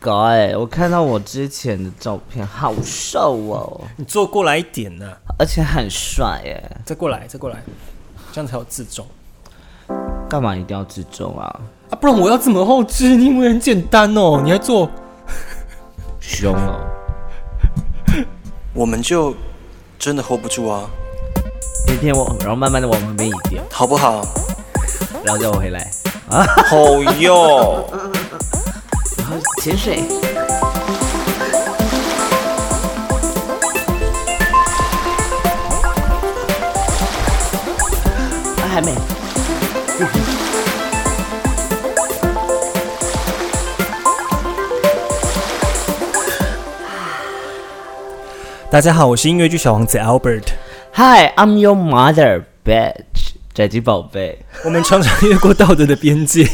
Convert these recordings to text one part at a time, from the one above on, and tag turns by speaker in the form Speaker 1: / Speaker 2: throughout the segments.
Speaker 1: god！哎，我看到我之前的照片，好瘦哦，
Speaker 2: 你坐过来一点呐、
Speaker 1: 而且很帅哎。
Speaker 2: 再过来，再过来，这样才有自重
Speaker 1: 干嘛一定要自重啊？
Speaker 2: 啊！不然我要怎么后置？你以为很简单哦？你还做？
Speaker 1: 凶哦！
Speaker 3: 我们就真的 hold 不住啊，
Speaker 1: 那天我，然后慢慢的往旁边一点，
Speaker 3: 好不好？
Speaker 1: 然后叫我回来。
Speaker 3: 好哟，
Speaker 1: 然后潜水，啊还没。
Speaker 2: 大家好，我是音乐剧小王子 Albert。
Speaker 1: Hi, I'm your mother, bitch，宅鸡宝贝。
Speaker 2: 我们常常越过道德的边界，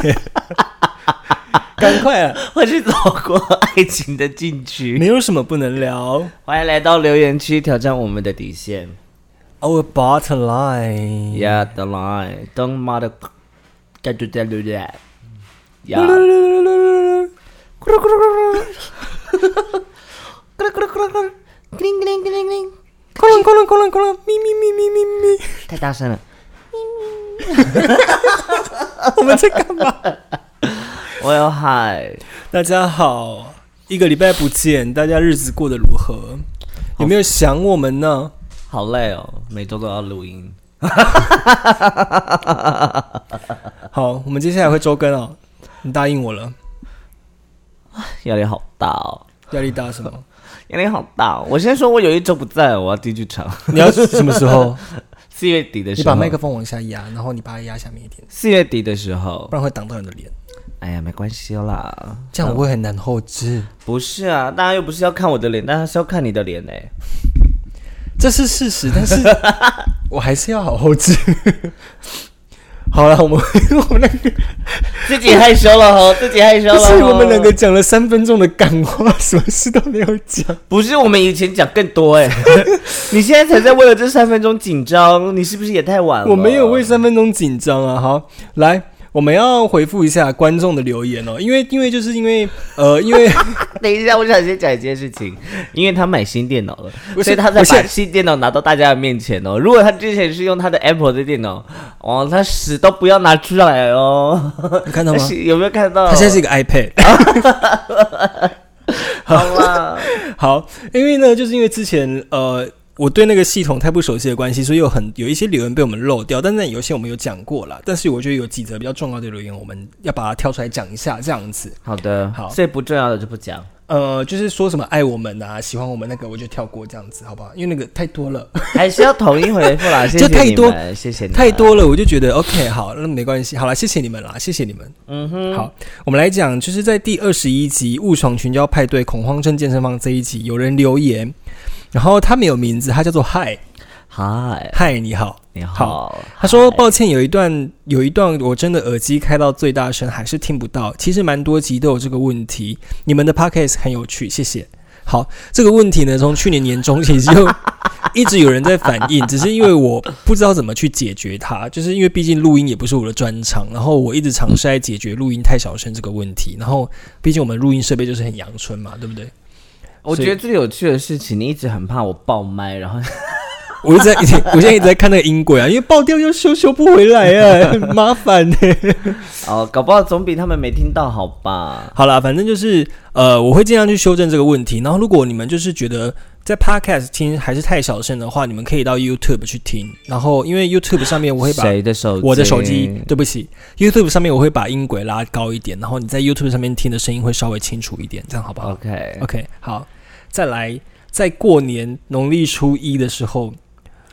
Speaker 2: 赶快啊！
Speaker 1: 我是走过爱情的禁区。
Speaker 2: 没有什么不能聊。
Speaker 1: 欢迎来到留言区挑战我们的底线。
Speaker 2: Our bottom line。
Speaker 1: Yeah, the line. Don't mother. 盖住在留言。
Speaker 2: 噜
Speaker 1: Yeah.
Speaker 2: 噜噜噜噜噜
Speaker 1: 咕噜咕噜咕噜咕噜咕噜咕噜咕噜，叮铃叮铃叮铃铃，
Speaker 2: 咕隆咕隆咕隆咕隆，咪咪咪咪咪咪，
Speaker 1: 太大声了。
Speaker 2: 啊我们在干嘛？
Speaker 1: 我有海，
Speaker 2: 大家好，一个礼拜不见，大家日子过得如何？有没有想我们呢？
Speaker 1: 好累哦，每周都要录音。
Speaker 2: 好，我们接下来会周更哦。你答应我了，
Speaker 1: 压力好大哦，
Speaker 2: 压力大什么？
Speaker 1: 压力好大、哦。我先说，我有一周不在，我要进剧场。
Speaker 2: 你要什么时候？
Speaker 1: 四月底的
Speaker 2: 你
Speaker 1: 时
Speaker 2: 把
Speaker 1: 候，
Speaker 2: 麦克风往下压，然后你把它压下面一点，
Speaker 1: 四月底的时候
Speaker 2: 不，然会挡到你的脸，
Speaker 1: 哎呀，没关系啦。
Speaker 2: 这样我会很难后置。
Speaker 1: 不是啊，大家又不是要看我的脸，大家是要看你的脸哎、
Speaker 2: 这是事实， 但是我还是要好后置。 好了，我们 我们两个
Speaker 1: 自己害羞了哦，自己害羞了
Speaker 2: 不
Speaker 1: 哦。
Speaker 2: 是我们两个讲了三分钟的感话，什么事都没有讲。
Speaker 1: 不是我们以前讲更多 哎、你现在才在为了这三分钟紧张，你是不是也太晚了？
Speaker 2: 我没有为三分钟紧张啊！好，来，我们要回复一下观众的留言哦，因为因为就是因为呃，因 为
Speaker 1: 等一下，我想先讲一件事情，因为他买新电脑了，
Speaker 2: 不是
Speaker 1: 所以他才
Speaker 2: 不是
Speaker 1: 把新电脑拿到大家的面前哦。如果他之前是用他的 Apple 的电脑，哦，他死都不要拿出来哦。
Speaker 2: 你看到吗
Speaker 1: 但？ 是有没有看到？
Speaker 2: 它现在是一个 iPad。
Speaker 1: 好啊 啦，
Speaker 2: 好，因为呢，就是因为之前呃，我对那个系统太不熟悉的关系，所以有很有一些留言被我们漏掉，但是有些我们有讲过啦，但是我觉得有几则比较重要的留言，我们要把它挑出来讲一下，这样子。
Speaker 1: 好的，
Speaker 2: 好
Speaker 1: 最不重要的就不讲。
Speaker 2: 呃，就是说什么爱我们啊，喜欢我们那个，我就跳过这样子，好不好？因为那个太多了。
Speaker 1: 还是要统一回复啦， 谢谢
Speaker 2: 就太多
Speaker 1: 你们谢谢你们
Speaker 2: 太。多了，我就觉得 OK，好，那没关系，好了，谢谢你们啦，谢谢你们。
Speaker 1: 嗯哼，
Speaker 2: 好，我们来讲，就是在第二十一集《误闯群交派对：恐慌症健身房》这一集，有人留言，然后他没有名字，他叫做嗨
Speaker 1: 嗨，
Speaker 2: 嗨，你好。
Speaker 1: 你好，
Speaker 2: 他说：“抱歉，有一段有一段我真的耳机开到最大声还是听不到。其实蛮多集都有这个问题。你们的 podcast 很有趣，谢谢。好，这个问题呢，从去年年中其实就一直有人在反映，只是因为我不知道怎么去解决它，就是因为毕竟录音也不是我的专长，然后我一直尝试在解决录音太小声这个问题。然后，毕竟我们录音设备就是很阳春嘛，对不对？
Speaker 1: 我
Speaker 2: 所以
Speaker 1: 觉得最有趣的事情，你一直很怕我爆麦，然 后
Speaker 2: 我一直在，我现在一直在看那个音轨啊，因为爆掉又修修不回来啊，很麻烦呢、
Speaker 1: 哦，搞不好总比他们没听到好吧？
Speaker 2: 好啦，反正就是呃，我会尽量去修正这个问题。然后，如果你们就是觉得在 Podcast 听还是太小声的话，你们可以到 YouTube 去听。然后，因为 YouTube 上面我会把
Speaker 1: 谁的手机？
Speaker 2: 我的手机，对不起，YouTube 上面我会把音轨拉高一点，然后你在 YouTube 上面听的声音会稍微清楚一点，这样好不好
Speaker 1: OK，
Speaker 2: ？OK，好，再来，在过年农历初一的时候，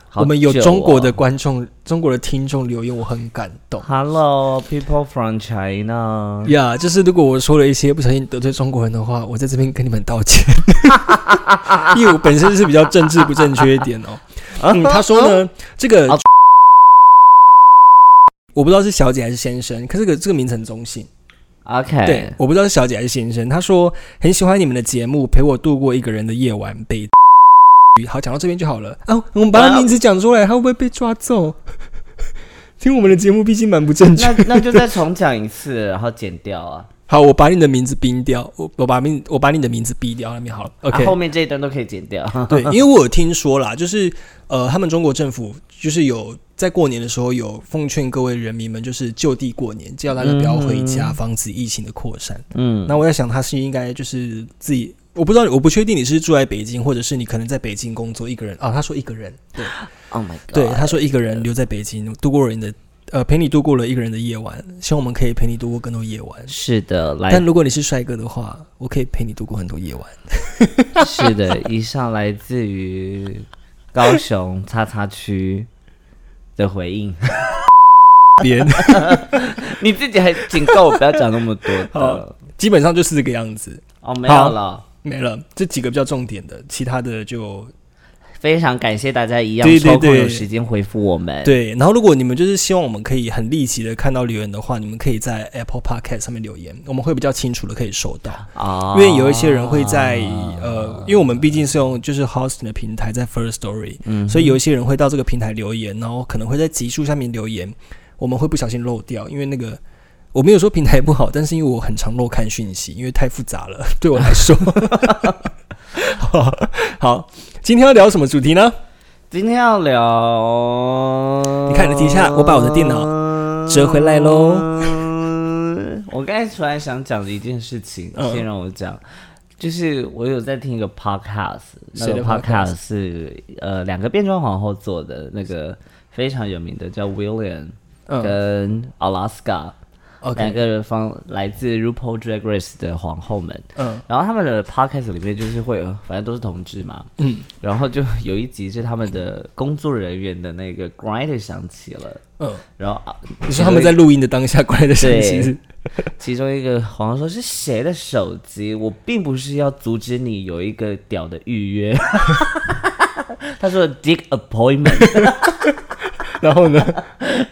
Speaker 1: 好
Speaker 2: 我们有
Speaker 1: 久哦
Speaker 2: 中国的观众、中国的听众留言，我很感动。
Speaker 1: Hello people from China。
Speaker 2: 呀就是如果我说了一些不小心得罪中国人的话，我在这边跟你们道歉， 因为我本身是比较政治不正确一点哦。嗯，他说呢，这个、
Speaker 1: 哦
Speaker 2: 我不知道是小姐还是先生，可是这个这个名字很中性。
Speaker 1: OK，
Speaker 2: 对，我不知道是小姐还是先生。他说很喜欢你们的节目，陪我度过一个人的夜晚。被好，讲到这边就好了啊。我们把他名字讲出来，他会不会被抓走？ 听我们的节目毕竟蛮不正确
Speaker 1: 那那就再重讲一次，然后剪掉啊。
Speaker 2: 好，我把你的名字逼掉，我我把名我把你的名字逼掉，那边好了。OK，、啊
Speaker 1: 啊后面这一段都可以剪掉。
Speaker 2: 对，因为我有听说啦，就是呃，他们中国政府就是有在过年的时候有奉劝各位人民们，就是就地过年，叫大家不要回家，防止疫情的扩散。
Speaker 1: 嗯，
Speaker 2: 那我在想，他是应该就是自己，我不知道，我不确定你是住在北京，或者是你可能在北京工作一个人啊。他说一个人，对
Speaker 1: Oh my god！
Speaker 2: 对，他说一个人留在北京度过了你的呃，陪你度过了一个人的夜晚，希望我们可以陪你度过更多夜晚。
Speaker 1: 是的，来
Speaker 2: 但，如果你是帅哥的话，我可以陪你度过很多夜晚。
Speaker 1: 是的，以上来自于高雄叉叉区的回应。
Speaker 2: 别
Speaker 1: 你自己还警告我不要讲那么多的
Speaker 2: 好。基本上就是这个样子，
Speaker 1: 哦，没有了。
Speaker 2: 没了。这几个比较重点的，其他的就
Speaker 1: 非常感谢大家一样
Speaker 2: 对对
Speaker 1: 抽空
Speaker 2: 对
Speaker 1: 有时间回复我们。
Speaker 2: 对。然后，如果你们就是希望我们可以很立即的看到留言的话，你们可以在 Apple Podcast 上面留言，我们会比较清楚的可以收到。
Speaker 1: 啊，
Speaker 2: 因为有一些人会在、呃，因为我们毕竟是用就是 hosting 的平台在 First Story，、
Speaker 1: 嗯
Speaker 2: 所以有一些人会到这个平台留言，然后可能会在集数下面留言，我们会不小心漏掉，因为那个我没有说平台不好，但是因为我很常漏看讯息，因为太复杂了，对我来说。 好 好，今天要聊什么主题呢？
Speaker 1: 今天要聊，
Speaker 2: 你看你的底下我把我的电脑折回来喽。
Speaker 1: 我刚才突然想讲的一件事情，
Speaker 2: 嗯
Speaker 1: 先让我讲。就是我有在听一个 podcast，那
Speaker 2: 谁的
Speaker 1: 个 podcast 是呃两个变装皇后做的，那个非常有名的叫 William
Speaker 2: 嗯
Speaker 1: 跟 Alaska，两
Speaker 2: ，OK，
Speaker 1: 个方来自 RuPaul Drag Race 的皇后们，
Speaker 2: 嗯
Speaker 1: 然后他们的 podcast 里面就是会有，反正都是同志嘛，
Speaker 2: 嗯
Speaker 1: 然后就有一集是他们的工作人员的那个 grinder 响起了，
Speaker 2: 嗯，
Speaker 1: 然后、啊、
Speaker 2: 你说他们在录音的当下过来的讯 息是，
Speaker 1: 其中一个好像说是谁的手机，我并不是要阻止你有一个屌的预约， 他说 dick appointment，
Speaker 2: 然后呢？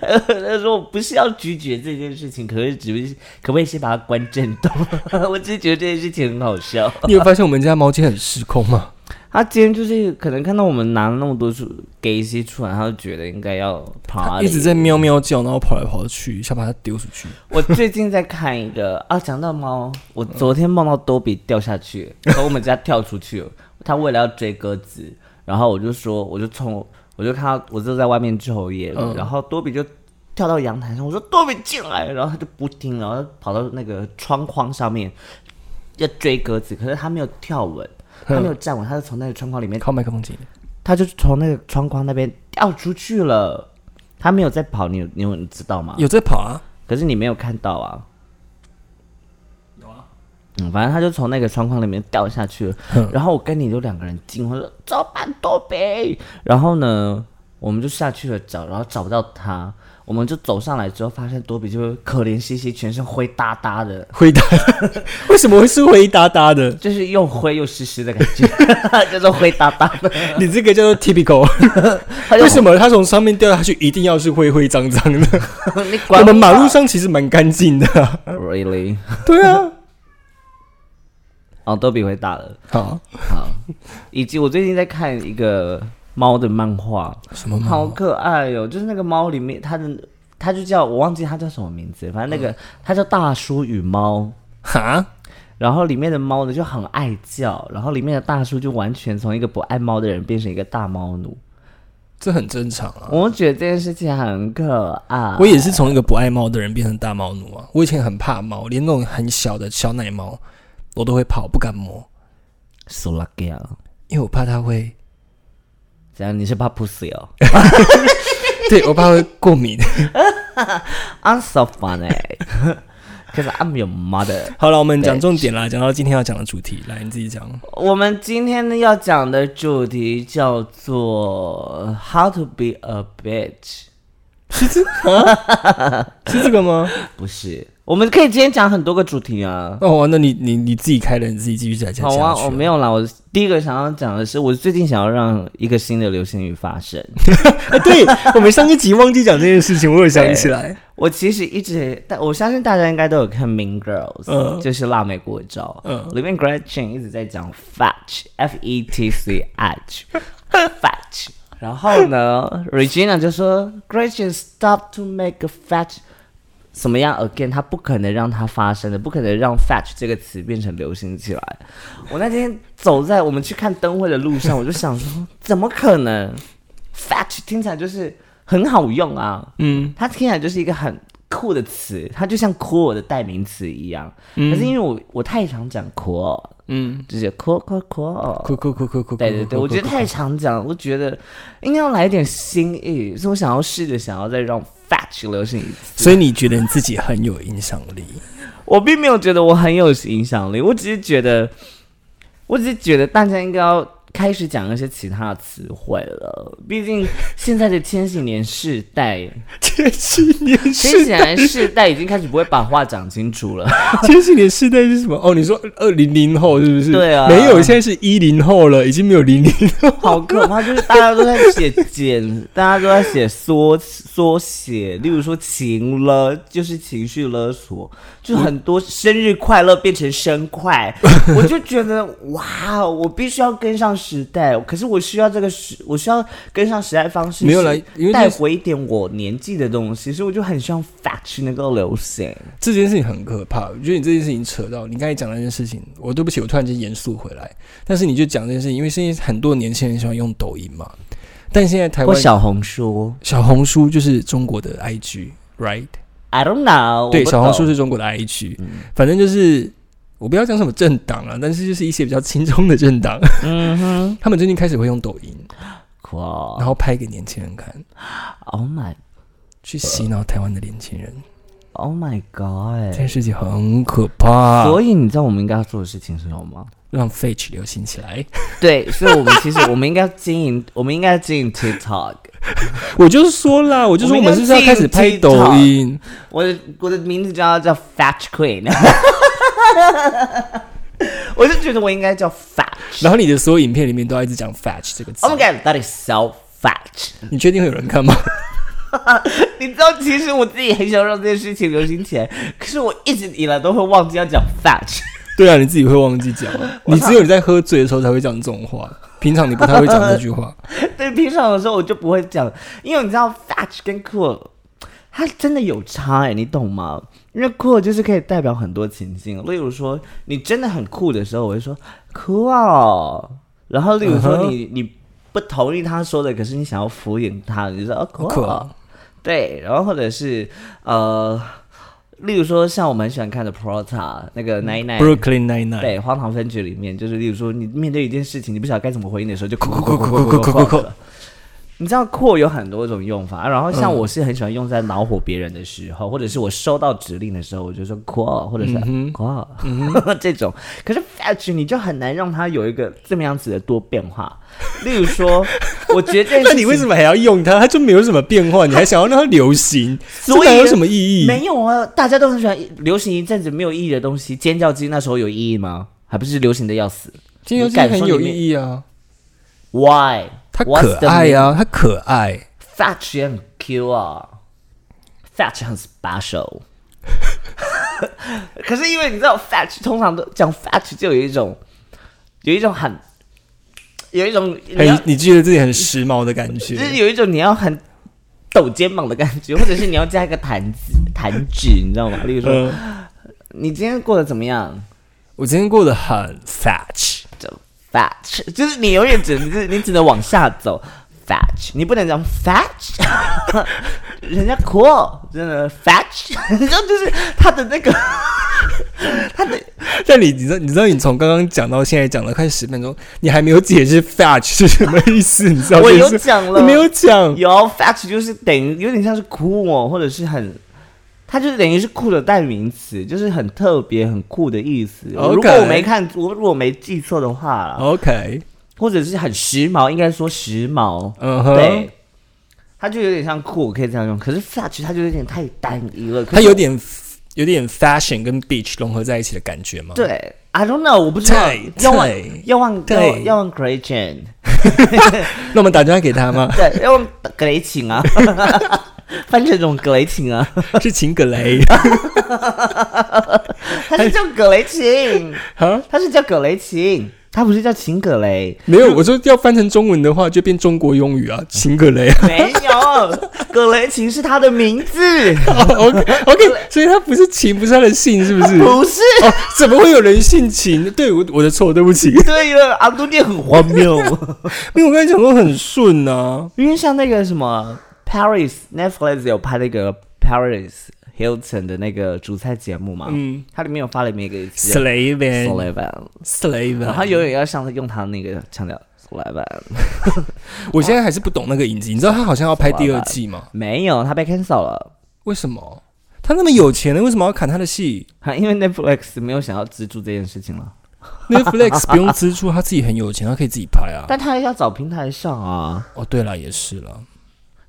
Speaker 1: 他说我不是要拒绝这件事情，可是只是可不可以先把它关震动？ 我只是觉得这件事情很好笑。
Speaker 2: 你有发现我们家毛巾很失控吗？
Speaker 1: 他今天就是可能看到我们拿了那么多出给一些出来，他就觉得应该要爬。
Speaker 2: 一直在喵喵叫，然后跑来跑去，想把它丢出去。
Speaker 1: 我最近在看一个啊，讲到猫，我昨天梦到多比掉下去，从我们家跳出去了。他为了要追鸽子，然后我就说，我就冲，我就看到，我就在外面抽烟，
Speaker 2: 嗯
Speaker 1: 然后多比就跳到阳台上，我说多比进来，然后他就不听，然后跑到那个窗框上面要追鸽子，可是他没有跳稳，他没有站稳，他就从那个窗框里面
Speaker 2: 靠麦克风近一点。
Speaker 1: 他就从那个窗框那边掉出去了。他没有在跑，你有你有你知道吗？
Speaker 2: 有在跑啊？
Speaker 1: 可是你没有看到啊。有啊。嗯，反正他就从那个窗框里面掉下去了。然后我跟你就两个人惊呼说：“怎么办，多比？”然后呢，我们就下去了找，然后找不到他，我们就走上来之后，发现多比就可怜兮兮，全身灰哒哒的，
Speaker 2: 回答？ 为什么会是灰哒哒的？
Speaker 1: 就是又灰又湿湿的感 觉，就是灰哒哒的。
Speaker 2: 你这个叫做 typical。
Speaker 1: 他就
Speaker 2: 为什么它从上面掉下去一定要是灰灰脏脏的？
Speaker 1: 你
Speaker 2: 我
Speaker 1: 管啊
Speaker 2: 们马路上其实蛮干净的啊、
Speaker 1: really？
Speaker 2: 对啊。
Speaker 1: 哦，多比会大了。
Speaker 2: 好，
Speaker 1: 好，以及我最近在看一个猫的漫画，
Speaker 2: 什么
Speaker 1: 好可爱哟、就是那个猫里面它的，它就叫我忘记它叫什么名字，反正那个、
Speaker 2: 嗯
Speaker 1: 它叫大叔与猫。
Speaker 2: 哈？
Speaker 1: 然后里面的猫呢就很爱叫，然后里面的大叔就完全从一个不爱猫的人变成一个大猫奴，
Speaker 2: 这很正常啊。
Speaker 1: 我觉得这件事情很可爱。
Speaker 2: 我也是从一个不爱猫的人变成大猫奴啊！我以前很怕猫，连那种很小的小奶猫，我都会跑，不敢摸，
Speaker 1: 苏拉给啊，
Speaker 2: 因为我怕它会，
Speaker 1: 这样你是怕 pussy 哦
Speaker 2: 对我怕会过敏。
Speaker 1: ？I'm so funny，cause I'm your mother。
Speaker 2: 好了，我们讲重点啦，讲到今天要讲的主题，来你自己讲。
Speaker 1: 我们今天呢要讲的主题叫做 “How to be a bitch”，
Speaker 2: 是这是这个吗？
Speaker 1: 不是？我们可以今天讲很多个主题啊。
Speaker 2: 哦，那你你你自己开了，你自己继续讲讲
Speaker 1: 好啊，
Speaker 2: 下
Speaker 1: 我
Speaker 2: 去
Speaker 1: 没有啦。我第一个想要讲的是，我最近想要让一个新的流行语发生。
Speaker 2: 哎 对我们上一集忘记讲这件事情，我有想起来。
Speaker 1: 我其实一直，但我相信大家应该都有看《Mean Girls、
Speaker 2: 嗯
Speaker 1: 就是辣妹国招。
Speaker 2: 嗯
Speaker 1: 里面 Gretchen 一直在讲 fetch f e t c h fetch，然后呢，Regina 就说 Gretchen stop to make a fetch 什么样 again，它不可能让它发生的，不可能让 fetch 这个词变成流行起来。我那天走在我们去看灯会的路上，我就想说，怎么可能？fetch 听起来就是很好用啊，
Speaker 2: 嗯，
Speaker 1: 它听起来就是一个很酷的词，它就像 cool 的代名词一样。可是因为我我太常讲 cool，
Speaker 2: 嗯，
Speaker 1: 就是 cool cool cool。
Speaker 2: 酷酷酷酷酷，
Speaker 1: 对对对，我觉得太常讲了，我觉得应该要来一点新意，所以我想要试着想要再让 fetch 流行一次。
Speaker 2: 所以你觉得你自己很有影响 力？
Speaker 1: 我并没有觉得我很有影响力，我只是觉得，我只是觉得大家应该要开始讲一些其他的词汇了。毕竟现在的千禧年世代，
Speaker 2: 千禧年
Speaker 1: 千禧
Speaker 2: 世代，
Speaker 1: 年啊世代已经开始不会把话讲清楚了。
Speaker 2: 千禧年世代是什么？哦，你说二零零后是不是？
Speaker 1: 对啊
Speaker 2: 没有，现在是一零后了，已经没有零零
Speaker 1: 好可怕！就是大家都在写简，大家都在写缩缩写，例如说情了，就是情绪勒索，就很多生日快乐变成生快，我就觉得哇，我必须要跟上时代，可是我需要这个时，我需要跟上时代方式，
Speaker 2: 没有啦因为
Speaker 1: 带
Speaker 2: 就是
Speaker 1: 回一点我年纪的东西，所以我就很希望 fact 能够流行。
Speaker 2: 这件事情很可怕，我觉得你这件事情扯到你刚才讲的那件事情，我对不起，我突然间严肃回来。但是你就讲这件事情，因为现在很多年轻人喜欢用抖音嘛，但现在台
Speaker 1: 或
Speaker 2: 湾
Speaker 1: 小红书
Speaker 2: 小红书就是中国的 IG，right？
Speaker 1: ，I don't know，
Speaker 2: 对，
Speaker 1: 我不
Speaker 2: 小红
Speaker 1: 懂
Speaker 2: 书是中国的 IG，、反正就是我不要讲什么政党了，但是就是一些比较轻松的政党，
Speaker 1: 嗯哼
Speaker 2: 他们最近开始会用抖音，然
Speaker 1: ，cool，Oh
Speaker 2: 后拍给年轻人看，
Speaker 1: my。
Speaker 2: 去洗脑台湾的年轻人，
Speaker 1: Oh my
Speaker 2: 这
Speaker 1: god！
Speaker 2: 件事情很可怕，
Speaker 1: 所以你知道我们应该要做的事情是什么吗？
Speaker 2: 让 Fetch 流行起来。
Speaker 1: 对，所以我们其实我们应该经营，我们应该经营 TikTok。
Speaker 2: 我就是说啦，我就说我们是不是要开始拍抖音？
Speaker 1: 我的我的名字叫叫 Fat Queen，我就觉得我应该叫 Fat。
Speaker 2: 然后你的所有影片里面都要一直讲 fetch 这个词
Speaker 1: Oh my god！That is so fat！
Speaker 2: 你确定会有人看吗？
Speaker 1: 你知道，其实我自己很想让这件事情流行起来，可是我一直以来都会忘记要讲 fat。
Speaker 2: 对啊，你自己会忘记讲，啊 你只有你在喝醉的时候才会讲这种话，平常你不太会讲这 句话。
Speaker 1: 对，平常的时候我就不会讲，因为你知道 fetch 跟 cool，它真的有差哎、你懂吗？因为 cool 就是可以代表很多情境，例如说你真的很酷的时候，我会说 cool，哦然后例如
Speaker 2: 嗯
Speaker 1: 说
Speaker 2: 哼
Speaker 1: 你、你不同意他说的，可是你想要敷衍他，你就说哦 cool，
Speaker 2: cool
Speaker 1: 哦对，然后或者是呃。例如说，像我们很喜欢看的《Prota》那个奶奶
Speaker 2: 嗯 Brooklyn Nine Nine，
Speaker 1: 对，荒唐分局里面，就是例如说，你面对一件事情，你不晓得该怎么回应的时候，就哭哭
Speaker 2: 酷
Speaker 1: 哭哭
Speaker 2: 酷
Speaker 1: 哭哭
Speaker 2: 酷酷酷
Speaker 1: 哭
Speaker 2: 酷
Speaker 1: 哭
Speaker 2: 酷
Speaker 1: 哭。你知道酷有很多种用法，然后像
Speaker 2: 嗯
Speaker 1: 我是很喜欢用在恼火别人的时候，或者是我收到指令的时候，我就说酷，或者是
Speaker 2: 嗯
Speaker 1: 酷、 这种。可是 fetch 你就很难让它有一个这么样子的多变化。例如说，我觉得这件
Speaker 2: 那
Speaker 1: 事
Speaker 2: 你为
Speaker 1: 情
Speaker 2: 什么还要用它？它就没有什么变化，你还想要让它 流行，这
Speaker 1: 所以
Speaker 2: 哪有什么意义？
Speaker 1: 没有啊，大家都很喜欢流行一阵子没有意义的东西，尖叫鸡那时候有意义吗？还不是流行的要死
Speaker 2: 金牛
Speaker 1: 你
Speaker 2: 座
Speaker 1: 敢
Speaker 2: 很
Speaker 1: 说
Speaker 2: 有
Speaker 1: 里面
Speaker 2: 意义啊，
Speaker 1: ？Why？
Speaker 2: 它
Speaker 1: What's
Speaker 2: 可
Speaker 1: the
Speaker 2: 爱啊，它可爱。
Speaker 1: Fetch 也很 Q 啊，Fetch 很 special。可是因为你知道，Fetch 通常都讲 Fetch 就有一种，有一种很，有一种你要
Speaker 2: 很，你觉得自己很时髦的感
Speaker 1: 就是
Speaker 2: 觉，
Speaker 1: 有一种你要很抖肩膀的感觉，或者是你要加一个弹字弹指，你知道吗？例如说，
Speaker 2: 嗯，
Speaker 1: 你今天过得怎么样？
Speaker 2: 我今天过得很 fetch，
Speaker 1: 就 Fetch，就是你永远只能就是你只能往下走。Fetch，你不能讲 Fetch，人 家 cool，真的 Fetch，你知 道就是他的那个他的
Speaker 2: 但你你知道你知道你从刚刚讲到现在讲了快十分钟，你还没有解释 fetch 是什么意思，你知道
Speaker 1: 我
Speaker 2: 这件
Speaker 1: 有
Speaker 2: 事
Speaker 1: 讲了
Speaker 2: 你没有讲，
Speaker 1: 有 Fetch 就是等于有点像是 cool 哦，或者是很。它就是等于是酷的代名词，就是很特别、很酷的意思。
Speaker 2: OK 哦
Speaker 1: 如果我没看，我如果没记错的话啦，
Speaker 2: OK，
Speaker 1: 或者是很时髦，应该说时髦。
Speaker 2: 嗯哼
Speaker 1: 对，它就有点像酷，可以这样用。可是 fetch 它就有点太单一了，可
Speaker 2: 它
Speaker 1: 是
Speaker 2: 有点有点 fashion 跟 beach 融合在一起的感觉吗？，
Speaker 1: 对。I don't know，我不知道
Speaker 2: 对。
Speaker 1: 要问
Speaker 2: 对
Speaker 1: 要问要
Speaker 2: 对
Speaker 1: 问要问 Gretchen，？
Speaker 2: 那我们打电话给他吗
Speaker 1: 对，要问格雷琴啊， 翻成这种格雷琴啊。
Speaker 2: 是秦葛雷，
Speaker 1: 他是叫葛雷琴，
Speaker 2: 啊，
Speaker 1: 他是叫葛雷琴，他不是叫秦葛雷，
Speaker 2: 没有，我说要翻成中文的话，就变中国用语啊，秦格 雷啊。
Speaker 1: 没有，葛雷琴是他的名字，
Speaker 2: OK OK，所以他不是秦，不是他的姓，是不 是？
Speaker 1: 不是。
Speaker 2: 哦，怎么会有人姓秦？对我我的错，对不起，
Speaker 1: 对了，阿杜念很荒 谬，
Speaker 2: 因为我刚才讲说很顺啊。
Speaker 1: 因为像那个什么 Paris Netflix 有拍那个 Paris Hilton 的那个主菜节目嘛，
Speaker 2: 嗯
Speaker 1: 它里面有发了一个
Speaker 2: ，Slaven
Speaker 1: Sullivan，然后
Speaker 2: Slaven，
Speaker 1: 永远要上用他那个腔调 Sullivan，
Speaker 2: 我现在还是不懂那个影集，你知道他好像要拍第二季吗？
Speaker 1: 没有，他被 cancel 了。
Speaker 2: 为什么？他那么有钱呢，为什么要砍他的戏
Speaker 1: 他因为 Netflix 没有想要资助这件事情了，
Speaker 2: ？Netflix 不用资助，他自己很有钱，他可以自己拍啊。
Speaker 1: 但他也要找平台上啊。
Speaker 2: 哦，对了，也是了。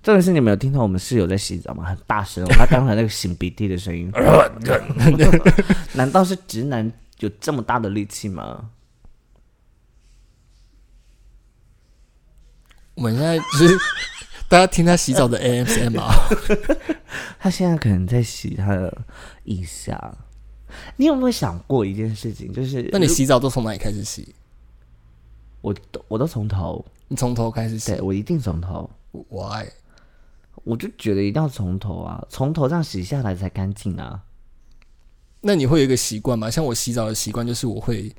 Speaker 1: 真的是你们有听到我们室友在洗澡吗？很大声哦，他刚才那个擤鼻涕的声音。 难道是直男有这么大的力气吗？
Speaker 2: 我们现在就是 大家听他洗澡的 ASM 啊，
Speaker 1: 他现在可能在洗他的腋下。你有没有想过一件事情？就是
Speaker 2: 那你洗澡都从哪里开始洗？
Speaker 1: 我都我都从头，
Speaker 2: 你从头开始洗
Speaker 1: 对我一定从头，
Speaker 2: ？Why？
Speaker 1: 我就觉得一定要从头啊，从头这样洗下来才干净啊。
Speaker 2: 那你会有一个习惯吗？像我洗澡的习惯就是我会，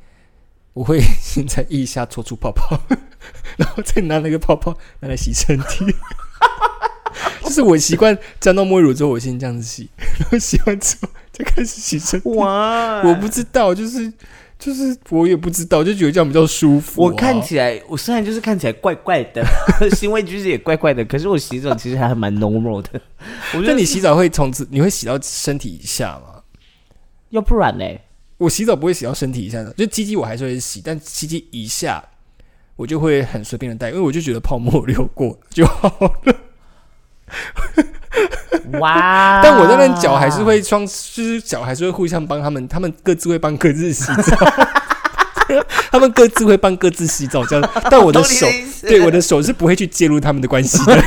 Speaker 2: 我会 先在腋下搓出泡泡， 然后再拿那个泡泡拿来洗身体。 就是我习惯沾到沐浴乳之后，我先这样子洗，然后洗完之后再开始洗身体。
Speaker 1: 哇
Speaker 2: 我不知道，就是就是我也不知道，就觉得这样比较舒服、啊
Speaker 1: 我看起来，我虽然就是看起来怪怪的， 行为举止也怪怪的，可是我洗澡其实还蛮 normal 的。 我觉
Speaker 2: 那
Speaker 1: 得
Speaker 2: 你洗澡会从此你会洗到身体以下吗？
Speaker 1: 要不然 嘞，
Speaker 2: 我洗澡不会洗到身体以下的，就鸡鸡我还是会洗，但鸡鸡以下我就会很随便的带，因为我就觉得泡沫流过就好了。
Speaker 1: 哇！
Speaker 2: 但我在那边脚还是会双，就是脚还是会互相帮他们，他们各自会帮各自洗澡， 他们各自会帮各自洗澡这样。但我的
Speaker 1: 懂你
Speaker 2: 手
Speaker 1: 的意，思
Speaker 2: 对我的手是不会去介入他们的关系的。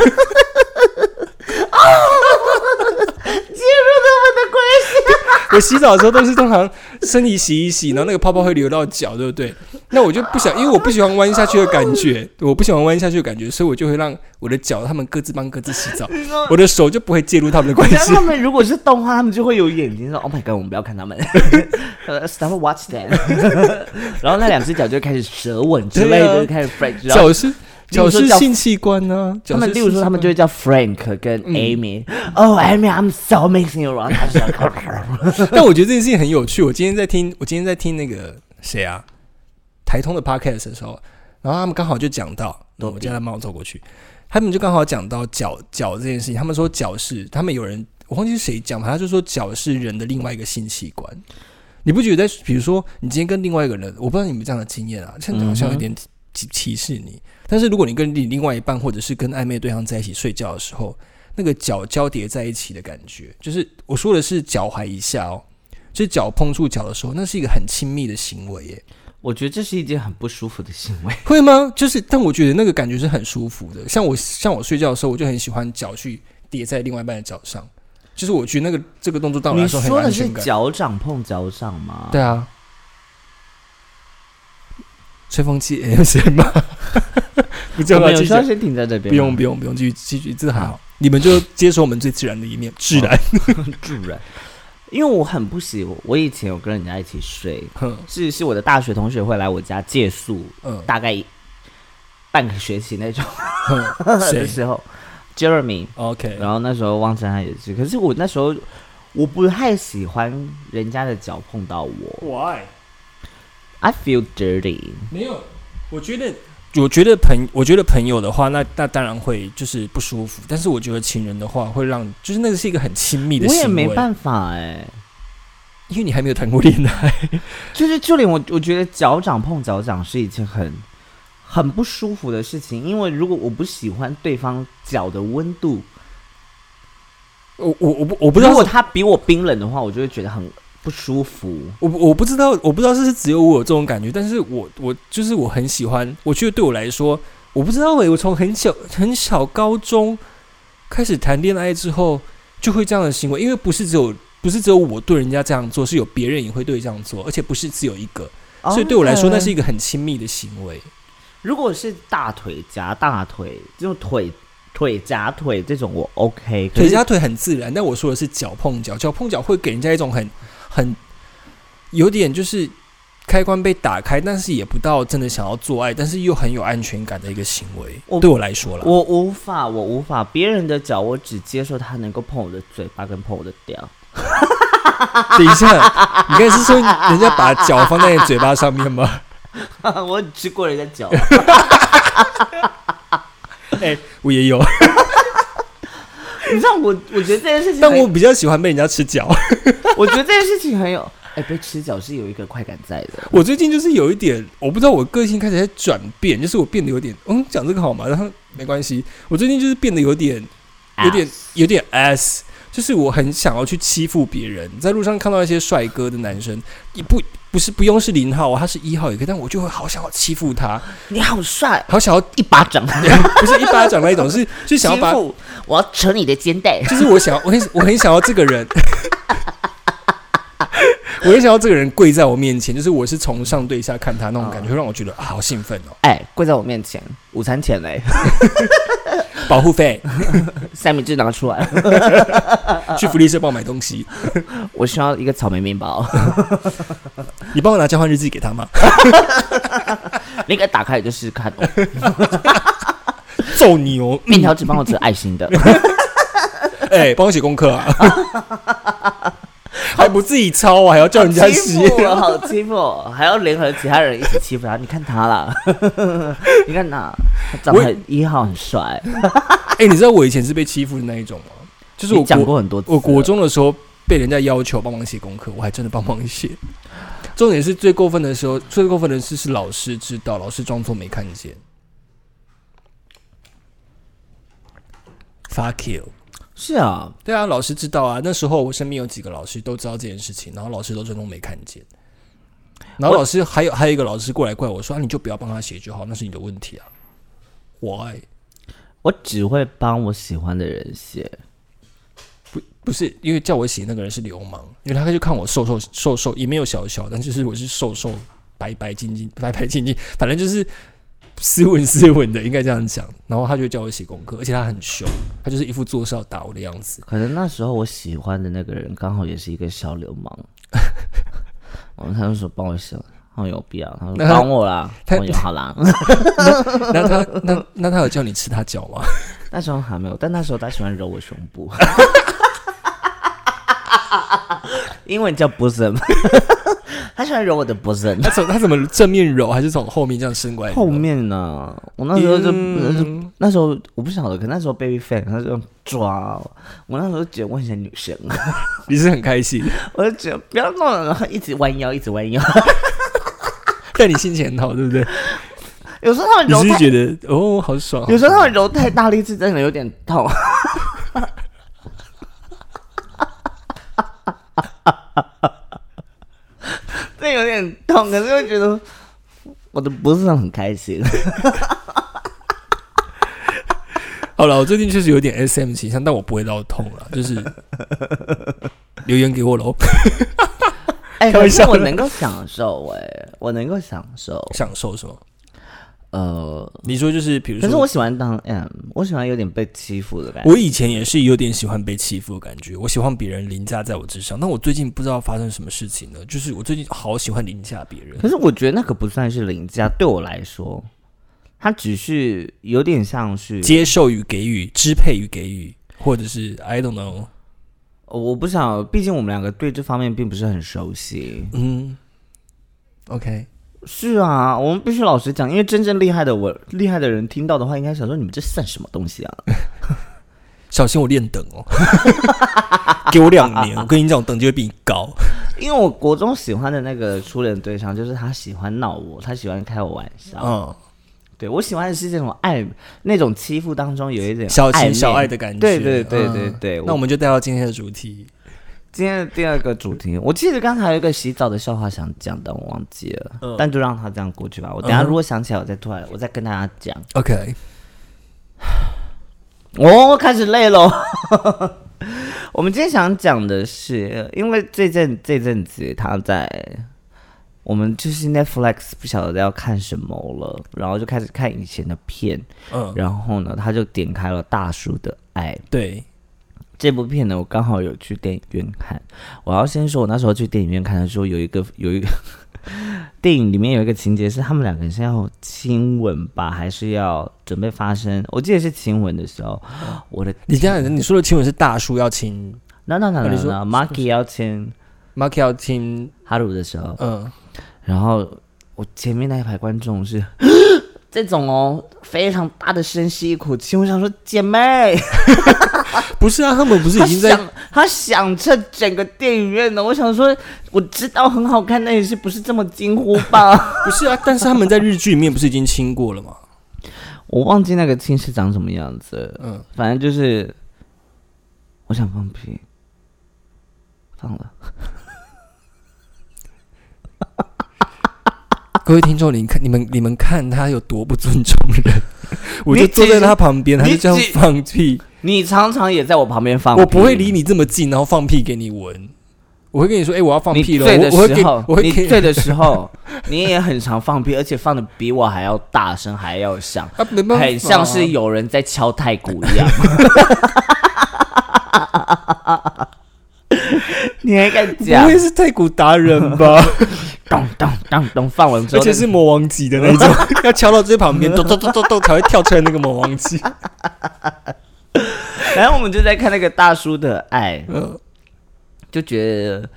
Speaker 1: 介入他们的关系。
Speaker 2: 我洗澡的时候都是通常身体洗一洗，然后那个泡泡会流到脚，对不对？那我就不想，因为我不喜欢弯下去的感觉，我不喜欢弯下去的感觉，所以我就会让我的脚他们各自帮各自洗 澡，我的手就不会介入他们的关
Speaker 1: 但
Speaker 2: 系
Speaker 1: 他。们如果是动画，他们就会有眼睛说：“Oh my god，我们不要看他 们。呃” Stop watch them 。然后那两只脚就会开始舌吻之类
Speaker 2: 对
Speaker 1: 的，
Speaker 2: 啊
Speaker 1: 开始 French。然后
Speaker 2: 脚是
Speaker 1: 例如
Speaker 2: 脚
Speaker 1: 说
Speaker 2: 是
Speaker 1: 叫
Speaker 2: 性器官呢、
Speaker 1: 他们，
Speaker 2: 脚是
Speaker 1: 例如说，他们就
Speaker 2: 性器啊
Speaker 1: 会叫 Frank 跟 Amy。Oh Amy，I'm so missing you。然后他就
Speaker 2: 官 但我觉得这件事情很有趣。我今天在听，我今天在听那个谁啊，台通的 podcast 的时候，然后他们刚好就讲到，我叫他帮我走过去，他们就刚好讲到脚脚这件事情。他们说脚是，他们有人我忘记是谁讲，反正他就说脚是人的另外一个性器官。你不觉得在比如说你今天跟另外一个人，我不知道你们这样的经验啊，现在好像有点歧歧视你。但是如果你跟你另外一半或者是跟暧昧对象在一起睡觉的时候，那个脚交叠在一起的感觉，就是我说的是脚踝以下哦，就是脚碰触脚的时候，那是一个很亲密的行为耶。
Speaker 1: 我觉得这是一件很不舒服的行为。
Speaker 2: 会吗？就是，但我觉得那个感觉是很舒服的。像我，像我睡觉的时候，我就很喜欢脚去叠在另外一半的脚上，就是我觉得那个这个动作对我来
Speaker 1: 你
Speaker 2: 说很有
Speaker 1: 说
Speaker 2: 安
Speaker 1: 的是
Speaker 2: 全感。
Speaker 1: 脚掌碰脚掌吗？
Speaker 2: 对啊，吹风机 M 谁吗？不知
Speaker 1: 我
Speaker 2: 道
Speaker 1: 们
Speaker 2: 继
Speaker 1: 有
Speaker 2: 续
Speaker 1: 需要先停在这边吗，
Speaker 2: 不用不用不用，继续继续，这还好。你们就接受我们最自然的一面，自然。
Speaker 1: 助人，因为我很不喜，我以前有跟人家一起睡，
Speaker 2: 嗯
Speaker 1: 是是我的大学同学会来我家借宿，
Speaker 2: 嗯
Speaker 1: 大概半个学期那种
Speaker 2: 嗯，
Speaker 1: 的
Speaker 2: 谁
Speaker 1: 时候，Jeremy，
Speaker 2: ？OK，
Speaker 1: 然后那时候汪晨他也是，可是我那时候我不太喜欢人家的脚碰到我
Speaker 2: ，Why？
Speaker 1: ，I feel dirty。
Speaker 2: 没有，我觉得，我觉得朋，我觉得朋友的话，那那当然会就是不舒服。但是我觉得情人的话，会让就是那个是一个很亲密的
Speaker 1: 我
Speaker 2: 行为，
Speaker 1: 也没办法哎、
Speaker 2: 因为你还没有谈过恋爱。
Speaker 1: 就是就连我，我觉得脚掌碰脚掌是一件很很不舒服的事情，因为如果我不喜欢对方脚的温度，
Speaker 2: 我我我不我不知
Speaker 1: 如
Speaker 2: 道
Speaker 1: 果
Speaker 2: 是，
Speaker 1: 他比我冰冷的话，我就会觉得很不舒服。
Speaker 2: 我不我不知道，我不知道是不是只有我有这种感觉。但是我我就是我很喜欢，我觉得对我来说，我不知道诶、欸我从很小很小高中开始谈恋爱之后，就会这样的行为，因为不是只有不是只有我对人家这样做，是有别人也会对这样做，而且不是只有一个。
Speaker 1: 哦
Speaker 2: 所以对我来说，那是一个很亲密的行为。
Speaker 1: 呃如果是大腿夹大腿，这种腿腿夹腿这种我 OK，可是
Speaker 2: 腿加腿很自然，但我说的是脚碰脚，脚碰脚会给人家一种很很有点就是开关被打开，但是也不到真的想要做爱，但是又很有安全感的一个行为。
Speaker 1: 我
Speaker 2: 对我来说了，
Speaker 1: 我无法，我无法，别人的脚我只接受他能够碰我的嘴巴跟碰我的屌，
Speaker 2: 等一下，你刚才是说人家把脚放在你嘴巴上 面吗？
Speaker 1: 我只吃过人家 脚，
Speaker 2: 哎、我也有，
Speaker 1: 你知道我我觉得这件事情
Speaker 2: 但
Speaker 1: 很，
Speaker 2: 我比较喜欢被人家吃脚。
Speaker 1: 我觉得这件事情很有，哎、被吃脚是有一个快感在的，
Speaker 2: 我最近就是有一点，我不知道我个性开始在转变，就是我变得有点，嗯，讲这个好吗？然后没关系，我最近就是变得有点 有
Speaker 1: 啊
Speaker 2: 点有点 S，就是我很想要去欺负别人。在路上看到一些帅哥的男生，也不不是不用是零号啊，他是一号也可以，但我就会好想要欺负他，
Speaker 1: 你好帅，
Speaker 2: 好想要
Speaker 1: 一巴掌，
Speaker 2: 不是一巴掌那一种，是就想要把，
Speaker 1: 欺负我要扯你的肩 带，
Speaker 2: 就是我想要，我很我很想要这个人。 我很想要这个人跪在我面前，就是我是从上对下看他那种感
Speaker 1: 哦
Speaker 2: 觉，会让我觉得、啊、好兴奋哦！
Speaker 1: 哎、跪在我面前，午餐前嘞，
Speaker 2: 保护费，
Speaker 1: 嗯三明治拿出来， 嗯
Speaker 2: 去福利社帮我买东西，
Speaker 1: 我需要一个草莓面包，
Speaker 2: 你帮我拿交换日记给他吗？
Speaker 1: 那个打开也就试试看、哦，
Speaker 2: 揍你哦！
Speaker 1: 面条只帮我折爱心的，
Speaker 2: 哎、帮我写功课 啊，还不自己抄啊，还要叫人家
Speaker 1: 欺
Speaker 2: 写。
Speaker 1: 负 啊我，好欺负我，还要联合其他人一起欺负他。你看他啦， 你看他，他长得很一号很帅，
Speaker 2: 哎、你知道我以前是被欺负的那一种吗？就是我
Speaker 1: 你讲
Speaker 2: 国
Speaker 1: 过很多次了。
Speaker 2: 我国中的时候被人家要求帮忙写功课，我还真的帮忙写。重点是最过分的时候，最过分的是是老师知道，老师装作没看见。Fuck you！
Speaker 1: 是啊，
Speaker 2: 对啊，老师知道啊。那时候我身边有几个老师都知道这件事情，然后老师都装作没看见。然后老师还有还有一个老师过来怪我说：“啊，你就不要帮他写就好，那是你的问题啊。”Why？
Speaker 1: 我只会帮我喜欢的人写。
Speaker 2: 不不是因为叫我写那个人是流氓，因为他就看我瘦瘦瘦瘦，也没有小小，但就是我是瘦瘦白白净净白白净净，反正就是斯文斯文的，应该这样讲。然后他就叫我写功课，而且他很凶，他就是一副做事要打我的样子。
Speaker 1: 可能那时候我喜欢的那个人刚好也是一个小流 氓，然后他就说帮我写，他说有必要，他说
Speaker 2: 那他
Speaker 1: 帮我啦，
Speaker 2: 他
Speaker 1: 我说好啦。
Speaker 2: 那他那那他有叫你吃他脚吗？
Speaker 1: 那时候还没有，但那时候他喜欢揉我胸 部，英文叫 bosom，他喜欢揉我的 bosom。
Speaker 2: 他怎他怎么正面揉，还是从后面这样伸过来？
Speaker 1: 后面呢、我那时候就、那时候我不晓得，可那时候 baby fan 他就抓我，我那时候觉得我很像女生，
Speaker 2: 你是很开心，
Speaker 1: 我就觉得不要弄了，然后一直弯腰，一直弯腰。
Speaker 2: 但你心情很好，对不对？
Speaker 1: 有时候他们
Speaker 2: 你
Speaker 1: 揉
Speaker 2: 是
Speaker 1: 太，
Speaker 2: 觉得哦，好爽。
Speaker 1: 有时候他们揉太大力是真的有点痛。 这有点痛，可是又觉得我的不是很开心。
Speaker 2: 哦好了，我最近确实有点 S M 倾向，但我不会到痛了，就是 留言给我喽，
Speaker 1: 哎、
Speaker 2: 开
Speaker 1: 可
Speaker 2: 玩
Speaker 1: 是
Speaker 2: 笑
Speaker 1: 我
Speaker 2: 的
Speaker 1: 能够享受、哎，我能够享受，
Speaker 2: 享受什么？
Speaker 1: 呃，
Speaker 2: 你说就是，比如
Speaker 1: 可
Speaker 2: 说，
Speaker 1: 是我喜欢当 M，我喜欢有点被欺负的感觉。
Speaker 2: 我以前也是有点喜欢被欺负的感觉，我喜欢别人凌驾在我之上。那我最近不知道发生什么事情了，就是我最近好喜欢凌驾别人。
Speaker 1: 可是我觉得那个不算是凌驾，对我来说，它只是有点像是，
Speaker 2: 接受与给予，支配与给予，或者是 I don't know，
Speaker 1: 呃我不想，毕竟我们两个对这方面并不是很熟悉。
Speaker 2: 嗯，OK，
Speaker 1: 是啊，我们必须老实讲，因为真正厉害的我厉害的人听到的话，应该想说你们这算什么东西啊？
Speaker 2: 小心我练等哦， 给我两年，我跟你讲，我等级会比你高。
Speaker 1: 因为我国中喜欢的那个初恋对象，就是他喜欢闹我，他喜欢开我玩笑。
Speaker 2: 嗯，
Speaker 1: 对我喜欢的是这种爱，那种欺负当中有一点
Speaker 2: 小
Speaker 1: 暧
Speaker 2: 情
Speaker 1: 昧
Speaker 2: 小爱的感觉。
Speaker 1: 对对对对
Speaker 2: 嗯
Speaker 1: 对，
Speaker 2: 那我们就带到今天的主题，
Speaker 1: 今天的第二个主题，我记得刚才有一个洗澡的笑话想讲，但我忘记了，但就让它这样过去吧。我等一下
Speaker 2: 嗯嗯哼
Speaker 1: 如果想起来，我再突然我再跟大家讲。
Speaker 2: OK，
Speaker 1: 哦，开始累喽。 我们今天想讲的是，因为这阵这阵子他在我们就是 Netflix 不晓得要看什么了，然后就开始看以前的片，
Speaker 2: 嗯，
Speaker 1: 然后呢，他就点开了《大叔的爱》
Speaker 2: 对，
Speaker 1: 这部片呢，我刚好有去电影院看。我要先说，我那时候去电影院看的时候，有一个有一个 电影里面有一个情节是他们两个人是要亲吻吧，还是要准备发生？我记得是亲吻的时候，我的
Speaker 2: 你这样，你说的亲吻是大叔要亲
Speaker 1: no no no
Speaker 2: 啊
Speaker 1: no
Speaker 2: 你说
Speaker 1: no Marky 要亲
Speaker 2: Mark 要亲，
Speaker 1: 哈鲁的时候，
Speaker 2: 嗯，
Speaker 1: 然后我前面那一排观众是这种哦，非常大的深吸一口气，我想说姐妹。
Speaker 2: 不是啊，他们不是
Speaker 1: 他
Speaker 2: 已经在
Speaker 1: 想他响彻整个电影院呢。我想说，我知道很好看，但也是不是这么惊呼吧？
Speaker 2: 不是啊？但是他们在日剧里面不是已经亲过了吗？
Speaker 1: 我忘记那个亲是长什么样子，
Speaker 2: 嗯，
Speaker 1: 反正就是我想放屁，放了。
Speaker 2: 各位听众，你看你们你们看他有多不尊重人， 我就
Speaker 1: 你
Speaker 2: 坐在
Speaker 1: 几
Speaker 2: 他旁边，他就
Speaker 1: 你
Speaker 2: 这样
Speaker 1: 几
Speaker 2: 放屁，
Speaker 1: 你常常也在我旁边放屁，
Speaker 2: 我不会离你这么近，然后放屁给你闻，我会跟你说，哎、我要放
Speaker 1: 你
Speaker 2: 屁了，
Speaker 1: 醉的
Speaker 2: 我我会
Speaker 1: 时
Speaker 2: 给，
Speaker 1: 候，
Speaker 2: 我会
Speaker 1: 你
Speaker 2: 给，
Speaker 1: 醉的时候，你也很常放屁，而且放的比我还要大声，还要响，
Speaker 2: 啊，没办法，
Speaker 1: 很像是有人在敲太鼓一样。 你还敢
Speaker 2: 不
Speaker 1: 讲？
Speaker 2: 会是太古达人吧？
Speaker 1: 咚咚咚咚，放完之
Speaker 2: 而
Speaker 1: 后，
Speaker 2: 且是魔王级的那种，要敲到最旁边，咚咚咚咚咚才会跳出来那个魔王级。
Speaker 1: 然后我们就在看那个大叔的爱，
Speaker 2: 嗯，
Speaker 1: 就觉得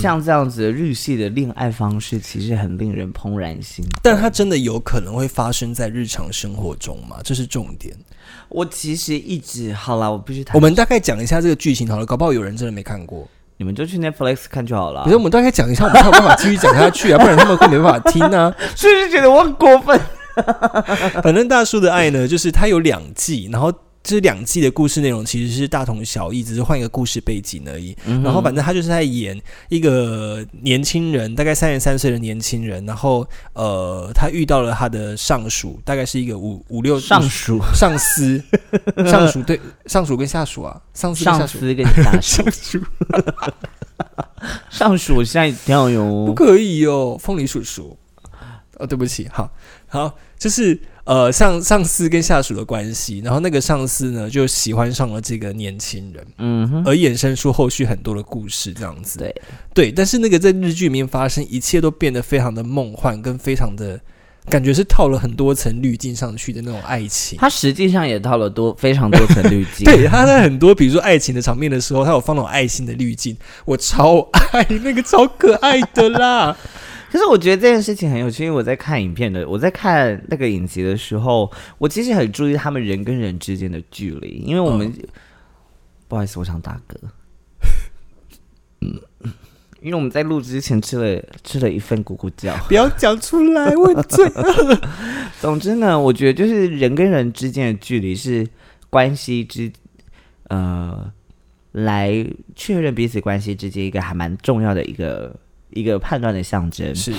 Speaker 1: 像这样子的日系的恋爱方式，其实很令人怦然心动。
Speaker 2: 但它真的有可能会发生在日常生活中吗？这是重点。
Speaker 1: 我其实一直好啦，我必须谈
Speaker 2: 我，们大概讲一下这个剧情好了，搞不好有人真的没看过。
Speaker 1: 你们就去 Netflix 看就好了
Speaker 2: 可。是我们大概讲一下，我们才有办法继续讲下去啊，不然他们会没办法听啊。
Speaker 1: 是不是觉得我很过分？
Speaker 2: 反正大叔的爱呢，就是它有两季，然后这两季的故事内容其实是大同小异，只是换一个故事背景而已。
Speaker 1: 嗯
Speaker 2: 然后反正他就是在演一个年轻人，大概三十三岁的年轻人，然后呃，他遇到了他的上属，大概是一个五五六
Speaker 1: 上
Speaker 2: 五
Speaker 1: 属、
Speaker 2: 上司，上属对上属跟下属啊，上司跟下
Speaker 1: 上
Speaker 2: 属。
Speaker 1: 司跟下属、
Speaker 2: 上属
Speaker 1: 上属，现在一定要有
Speaker 2: 不可以哦，凤梨叔叔。哦，对不起，好，好，就是呃，上上司跟下属的关系，然后那个上司呢就喜欢上了这个年轻人，
Speaker 1: 嗯哼，
Speaker 2: 而衍生出后续很多的故事，这样子。
Speaker 1: 对
Speaker 2: 对，但是那个在日剧里面发生，一切都变得非常的梦幻，跟非常的感觉是套了很多层滤镜上去的那种爱情。
Speaker 1: 他实际上也套了多非常多层滤 镜。
Speaker 2: 对，他在很多比如说爱情的场面的时候，他有放那种爱心的滤镜，我超爱那个超可爱的 啦。
Speaker 1: 可是我觉得这件事情很有趣，因为我在看影片的，我在看那个影集的时候，我其实很注意他们人跟人之间的距离，因为我们、不好意思，我想打嗝。嗯，因为我们在录之前吃了吃了一份咕咕叫。
Speaker 2: 不要讲出来，我很醉。
Speaker 1: 总之呢，我觉得就是人跟人之间的距离是关系之呃来确认彼此关系之间一个还蛮重要的一个一个判断的象征。
Speaker 2: 是，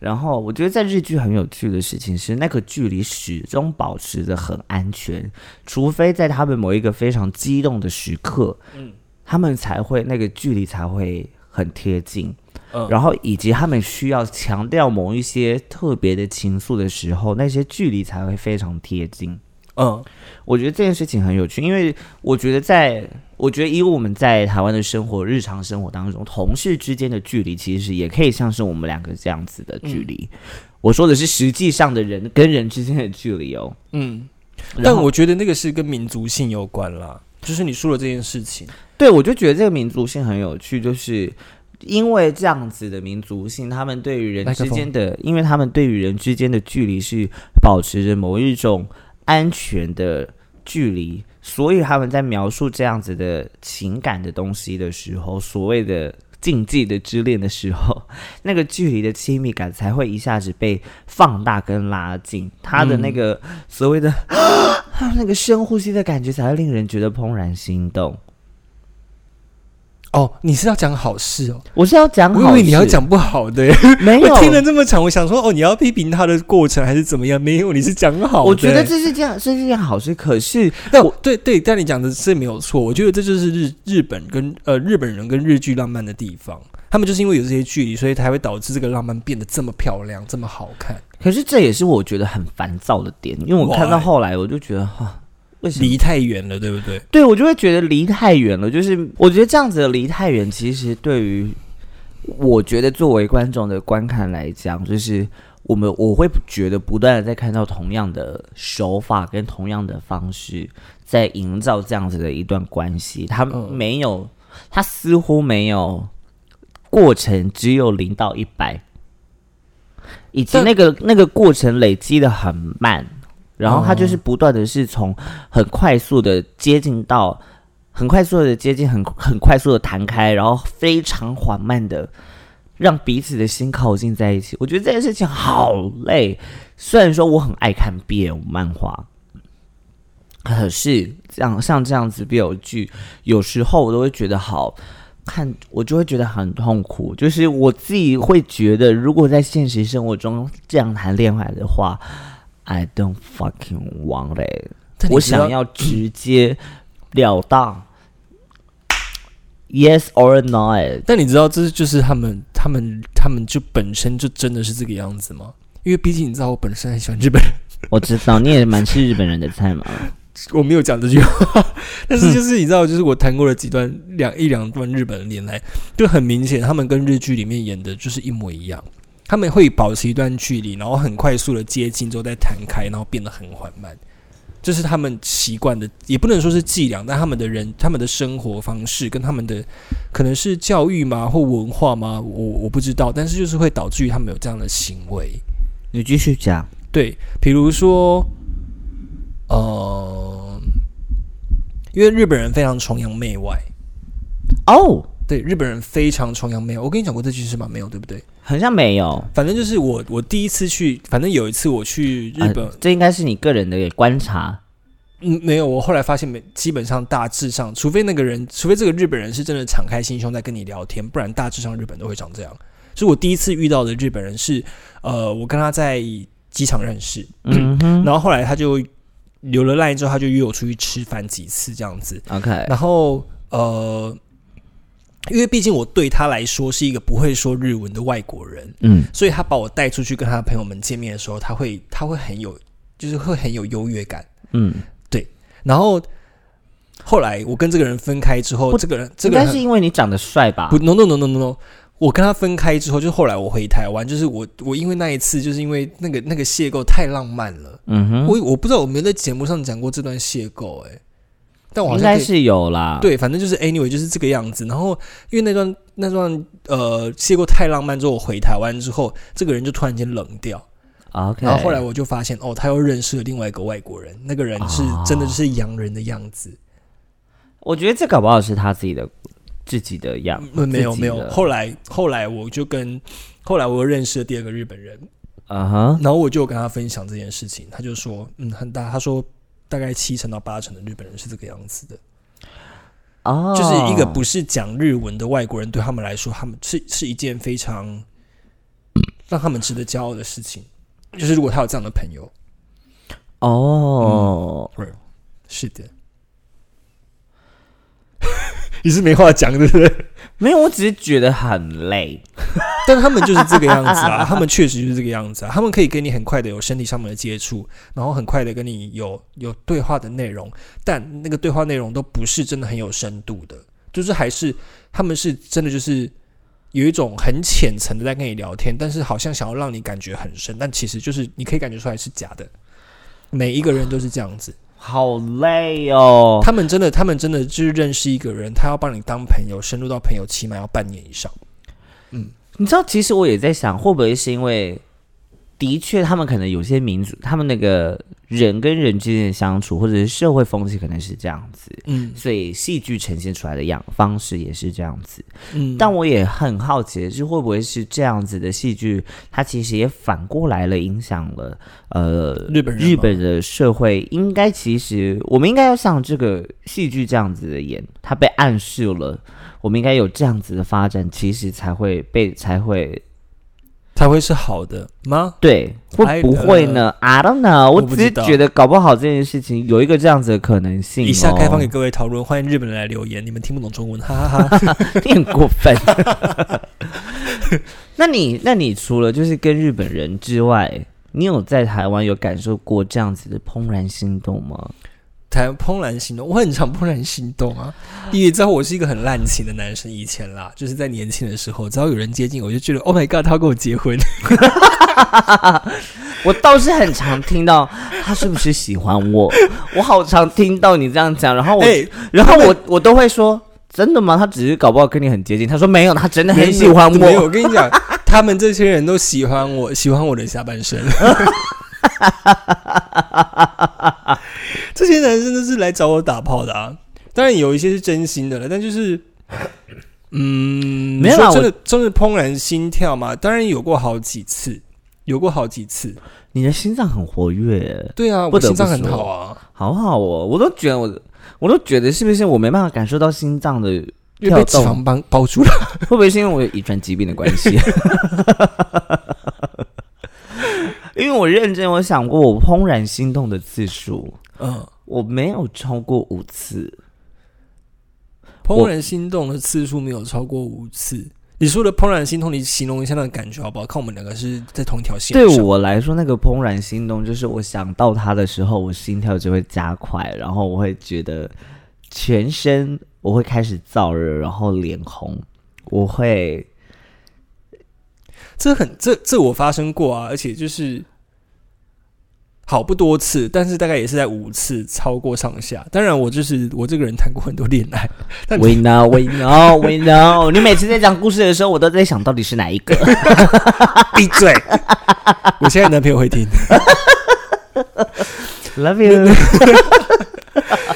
Speaker 1: 然后我觉得在日剧很有趣的事情是，那个距离始终保持着很安全，除非在他们某一个非常激动的时刻，他们才会那个距离才会很贴近。
Speaker 2: 嗯
Speaker 1: 然后以及他们需要强调某一些特别的情愫的时候，那些距离才会非常贴近。
Speaker 2: 嗯，
Speaker 1: 我觉得这件事情很有趣，因为我觉得在，我觉得以我们在台湾的生活、日常生活当中，同事之间的距离其实也可以像是我们两个这样子的距离。
Speaker 2: 嗯
Speaker 1: 我说的是实际上的人跟人之间的距离哦。
Speaker 2: 嗯，
Speaker 1: 然
Speaker 2: 但
Speaker 1: 后
Speaker 2: 我觉得那个是跟民族性有关啦，就是你说的这件事情，
Speaker 1: 对我就觉得这个民族性很有趣，就是。因为这样子的民族性，他们对于人
Speaker 2: 麦克
Speaker 1: 之
Speaker 2: 风
Speaker 1: 间的，因为他们对于人之间的距离是保持着某一种安全的距离，所以他们在描述这样子的情感的东西的时候，所谓的禁忌的之恋的时候， 那个距离的亲密感才会一下子被放大跟拉近，他的
Speaker 2: 嗯
Speaker 1: 那个所谓的、 他那个深呼吸的感觉才会令人觉得怦然心动。
Speaker 2: 哦，你是要讲好事哦，
Speaker 1: 我是要讲
Speaker 2: 我以
Speaker 1: 好
Speaker 2: 为
Speaker 1: 事，
Speaker 2: 你要讲不好的耶。
Speaker 1: 没有
Speaker 2: 我听了这么长，我想说哦，你要批评他的过程还是怎么样？没有，你是讲好的。
Speaker 1: 我觉得这是这样，这是这样好事。可是
Speaker 2: 但我对对，但你讲的是没有错。我觉得这就是日日本跟呃日本人跟日剧浪漫的地方，他们就是因为有这些距离，所以才会导致这个浪漫变得这么漂亮，这么好看。
Speaker 1: 可是这也是我觉得很烦躁的点，因为我看到
Speaker 2: Why？
Speaker 1: 后来我就觉得哈、为什么？
Speaker 2: 离太远了，对不对？
Speaker 1: 对我就会觉得离太远了，就是我觉得这样子的离太远，其实对于我觉得作为观众的观看来讲，就是我们我会觉得不断的在看到同样的手法跟同样的方式，在营造这样子的一段关系，他
Speaker 2: 嗯
Speaker 1: 没有，他似乎没有过程，只有零到一百。以及
Speaker 2: 但
Speaker 1: 那个那个过程累积的很慢，然后它就是不断的是从很快速的接近到很快速的接近，很很快速的弹开，然后非常缓慢的让彼此的心靠近在一起。我觉得这件事情好累。虽然说我很爱看 BL 漫画，可是这样像这样子 BL 剧，有时候我都会觉得好。看我就会觉得很痛苦，就是我自己会觉得，如果在现实生活中这样谈恋爱的话，I don't fucking want it。
Speaker 2: 但你
Speaker 1: 我
Speaker 2: 知道
Speaker 1: 想要直接了当，yes or not。
Speaker 2: 但你知道这就是他们他们他们就本身就真的是这个样子吗？因为毕竟你知道我本身很喜欢日本人，
Speaker 1: 我知道你也蛮吃日本人的 菜嘛，
Speaker 2: 我没有讲这句话，但是就是你知道，就是我谈过了几段两一两段日本的恋爱，就很明显他们跟日剧里面演的就是一模一样。他们会保持一段距离，然后很快速的接近之后再弹开，然后变得很缓慢，这是他们习惯的，也不能说是伎俩，但他们的人、他们的生活方式跟他们的可能是教育吗，或文化吗，我我不知道，但是就是会导致于他们有这样的行为。
Speaker 1: 你继续讲。
Speaker 2: 对，比如说，呃，因为日本人非常崇洋媚外，
Speaker 1: 哦，
Speaker 2: 对，日本人非常崇洋媚外。我跟你讲过这句是吗？没有，对不对？
Speaker 1: 好像没有。
Speaker 2: 反正就是我，我第一次去，反正有一次我去日本，
Speaker 1: 呃这应该是你个人的观察。
Speaker 2: 嗯，没有。我后来发现没，基本上大致上，除非那个人，除非这个日本人是真的敞开心胸在跟你聊天，不然大致上日本都会长这样。是我第一次遇到的日本人是，呃，我跟他在机场认识，
Speaker 1: 嗯哼
Speaker 2: 然后后来他就留了赖之后，他就约我出去吃饭几次这样子。
Speaker 1: ，OK，
Speaker 2: 然后呃，因为毕竟我对他来说是一个不会说日文的外国人，
Speaker 1: 嗯，
Speaker 2: 所以他把我带出去跟他的朋友们见面的时候，他会他会很有就是会很有优越感。
Speaker 1: 嗯，
Speaker 2: 然后后来我跟这个人分开之后，
Speaker 1: 不
Speaker 2: 这个人这
Speaker 1: 应
Speaker 2: 个人
Speaker 1: 该
Speaker 2: 很
Speaker 1: 是因为你长得帅吧
Speaker 2: 不？，no no no no no no。我跟他分开之后，就后来我回台湾，就是我我因为那一次，就是因为那个那个邂逅太浪漫了，
Speaker 1: 嗯哼，
Speaker 2: 我我不知道我没有在节目上讲过这段邂逅哎、但我好
Speaker 1: 应
Speaker 2: 像
Speaker 1: 该
Speaker 2: 可以
Speaker 1: 是有啦。，
Speaker 2: 对，反正就是 anyway 就是这个样子。然后因为那段那段呃邂逅太浪漫之后，我回台湾之后，这个人就突然间冷掉。
Speaker 1: ，OK。
Speaker 2: 然后后来我就发现哦，他又认识了另外一个外国人，那个人是
Speaker 1: 啊
Speaker 2: 真的就是洋人的样子。
Speaker 1: 我觉得这搞不好是他自己的自己的样
Speaker 2: 嗯，没有
Speaker 1: 自己
Speaker 2: 没有。
Speaker 1: 的呃
Speaker 2: 后来后来我就跟后来我又认识了第二个日本人，
Speaker 1: 嗯哼，
Speaker 2: 然后我就有跟他分享这件事情，他就说嗯很大，他说大概七成到八成的日本人是这个样子的。
Speaker 1: 哦，
Speaker 2: 就是一个不是讲日文的外国人，对他们来说，他们是是一件非常让他们值得骄傲的事情。就是如果他有这样的朋友，
Speaker 1: 哦，
Speaker 2: 是的， 你是没话讲，对不对？
Speaker 1: 没有，我只是觉得很累。
Speaker 2: 但他们就是这个样子啊， 他们确实就是这个样子啊，他们可以跟你很快的有身体上面的接触，然后很快的跟你有有对话的内容，但那个对话内容都不是真的很有深度的，就是还是他们是真的就是有一种很浅层的在跟你聊天，但是好像想要让你感觉很深，但其实就是你可以感觉出来是假的。每一个人都是这样子，
Speaker 1: 好累哦。
Speaker 2: 他们真的，他们真的就是认识一个人，他要帮你当朋友，深入到朋友，起码要半年以上。
Speaker 1: 你知道，其实我也在想，会不会是因为，的确，他们可能有些民族，他们那个人跟人之间的相处，或者是社会风气可能是这样子，
Speaker 2: 嗯
Speaker 1: 所以戏剧呈现出来的样方式也是这样子。
Speaker 2: 嗯，
Speaker 1: 但我也很好奇的是，会不会是这样子的戏剧，它其实也反过来了影响了呃
Speaker 2: 日本人吗
Speaker 1: 日本的社会。应该其实我们应该要像这个戏剧这样子的演，它被暗示了，我们应该有这样子的发展，其实才会被才会
Speaker 2: 才会是好的吗？
Speaker 1: 对，会
Speaker 2: I-
Speaker 1: 不会呢？I don't know，我
Speaker 2: 我不
Speaker 1: 只
Speaker 2: 知
Speaker 1: 是
Speaker 2: 道
Speaker 1: 觉得搞不好这件事情有一个这样子的可能性、哦。
Speaker 2: 以下开放给各位讨论，欢迎日本人来留言。你们听不懂中文，哈哈 哈。
Speaker 1: 你很过分。 那你那你除了就是跟日本人之外，你有在台湾有感受过这样子的怦然心动吗？
Speaker 2: 台怦然心动，我很常怦然心动啊！因为知道我是一个很滥情的男生，以前啦，就是在年轻的时候，只要有人接近我，就觉得 Oh my God，他要跟我结婚。
Speaker 1: 我倒是很常听到他是不是喜欢我， 我好常听到你这样讲，然后我、
Speaker 2: 哎，
Speaker 1: 然后我我都会说。真的吗？他只是搞不好跟你很接近。他说没有，他真的
Speaker 2: 没
Speaker 1: 很
Speaker 2: 有
Speaker 1: 喜欢
Speaker 2: 没有，
Speaker 1: 我。
Speaker 2: 我跟你 讲，他们这些人都喜欢我，喜欢我的下半 身。这些男生都是来找我打炮的啊，当然有一些是真心的了，但就是，嗯，
Speaker 1: 没有啊
Speaker 2: 你
Speaker 1: 啦
Speaker 2: 说真的真的怦然心跳嘛，当然有过好几次，有过好几次。
Speaker 1: 你的心脏很活跃，
Speaker 2: 对啊，
Speaker 1: 不
Speaker 2: 我
Speaker 1: 得不
Speaker 2: 心脏很
Speaker 1: 说
Speaker 2: 好啊，
Speaker 1: 好好哦。我都觉得我，我都觉得是不是我没办法感受到心脏的
Speaker 2: 因为被
Speaker 1: 跳
Speaker 2: 脂
Speaker 1: 动啊
Speaker 2: 肪包包住了。
Speaker 1: 会不会是因为我有遗传疾病的关系？ 因为我认真我想过，我怦然心动的次数，
Speaker 2: 嗯，
Speaker 1: 我没有超过五次。
Speaker 2: 怦然心动的次数没有超过五次。你说的怦然心动，你形容一下那个感觉好不好？看我们两个是在同一条线
Speaker 1: 对
Speaker 2: 上。
Speaker 1: 我来说，那个怦然心动就是我想到他的时候，我心跳就会加快，然后我会觉得全身我会开始燥热，然后脸红，我会
Speaker 2: 这很这这我发生过啊，而且就是好不多次，但是大概也是在五次超过上下。当然，我就是我这个人谈过很多恋爱，但
Speaker 1: We know, we know, we know。你每次在讲故事的时候，我都在想到底是哪一个。
Speaker 2: 闭嘴！ 我现在男朋友会听，
Speaker 1: Love you。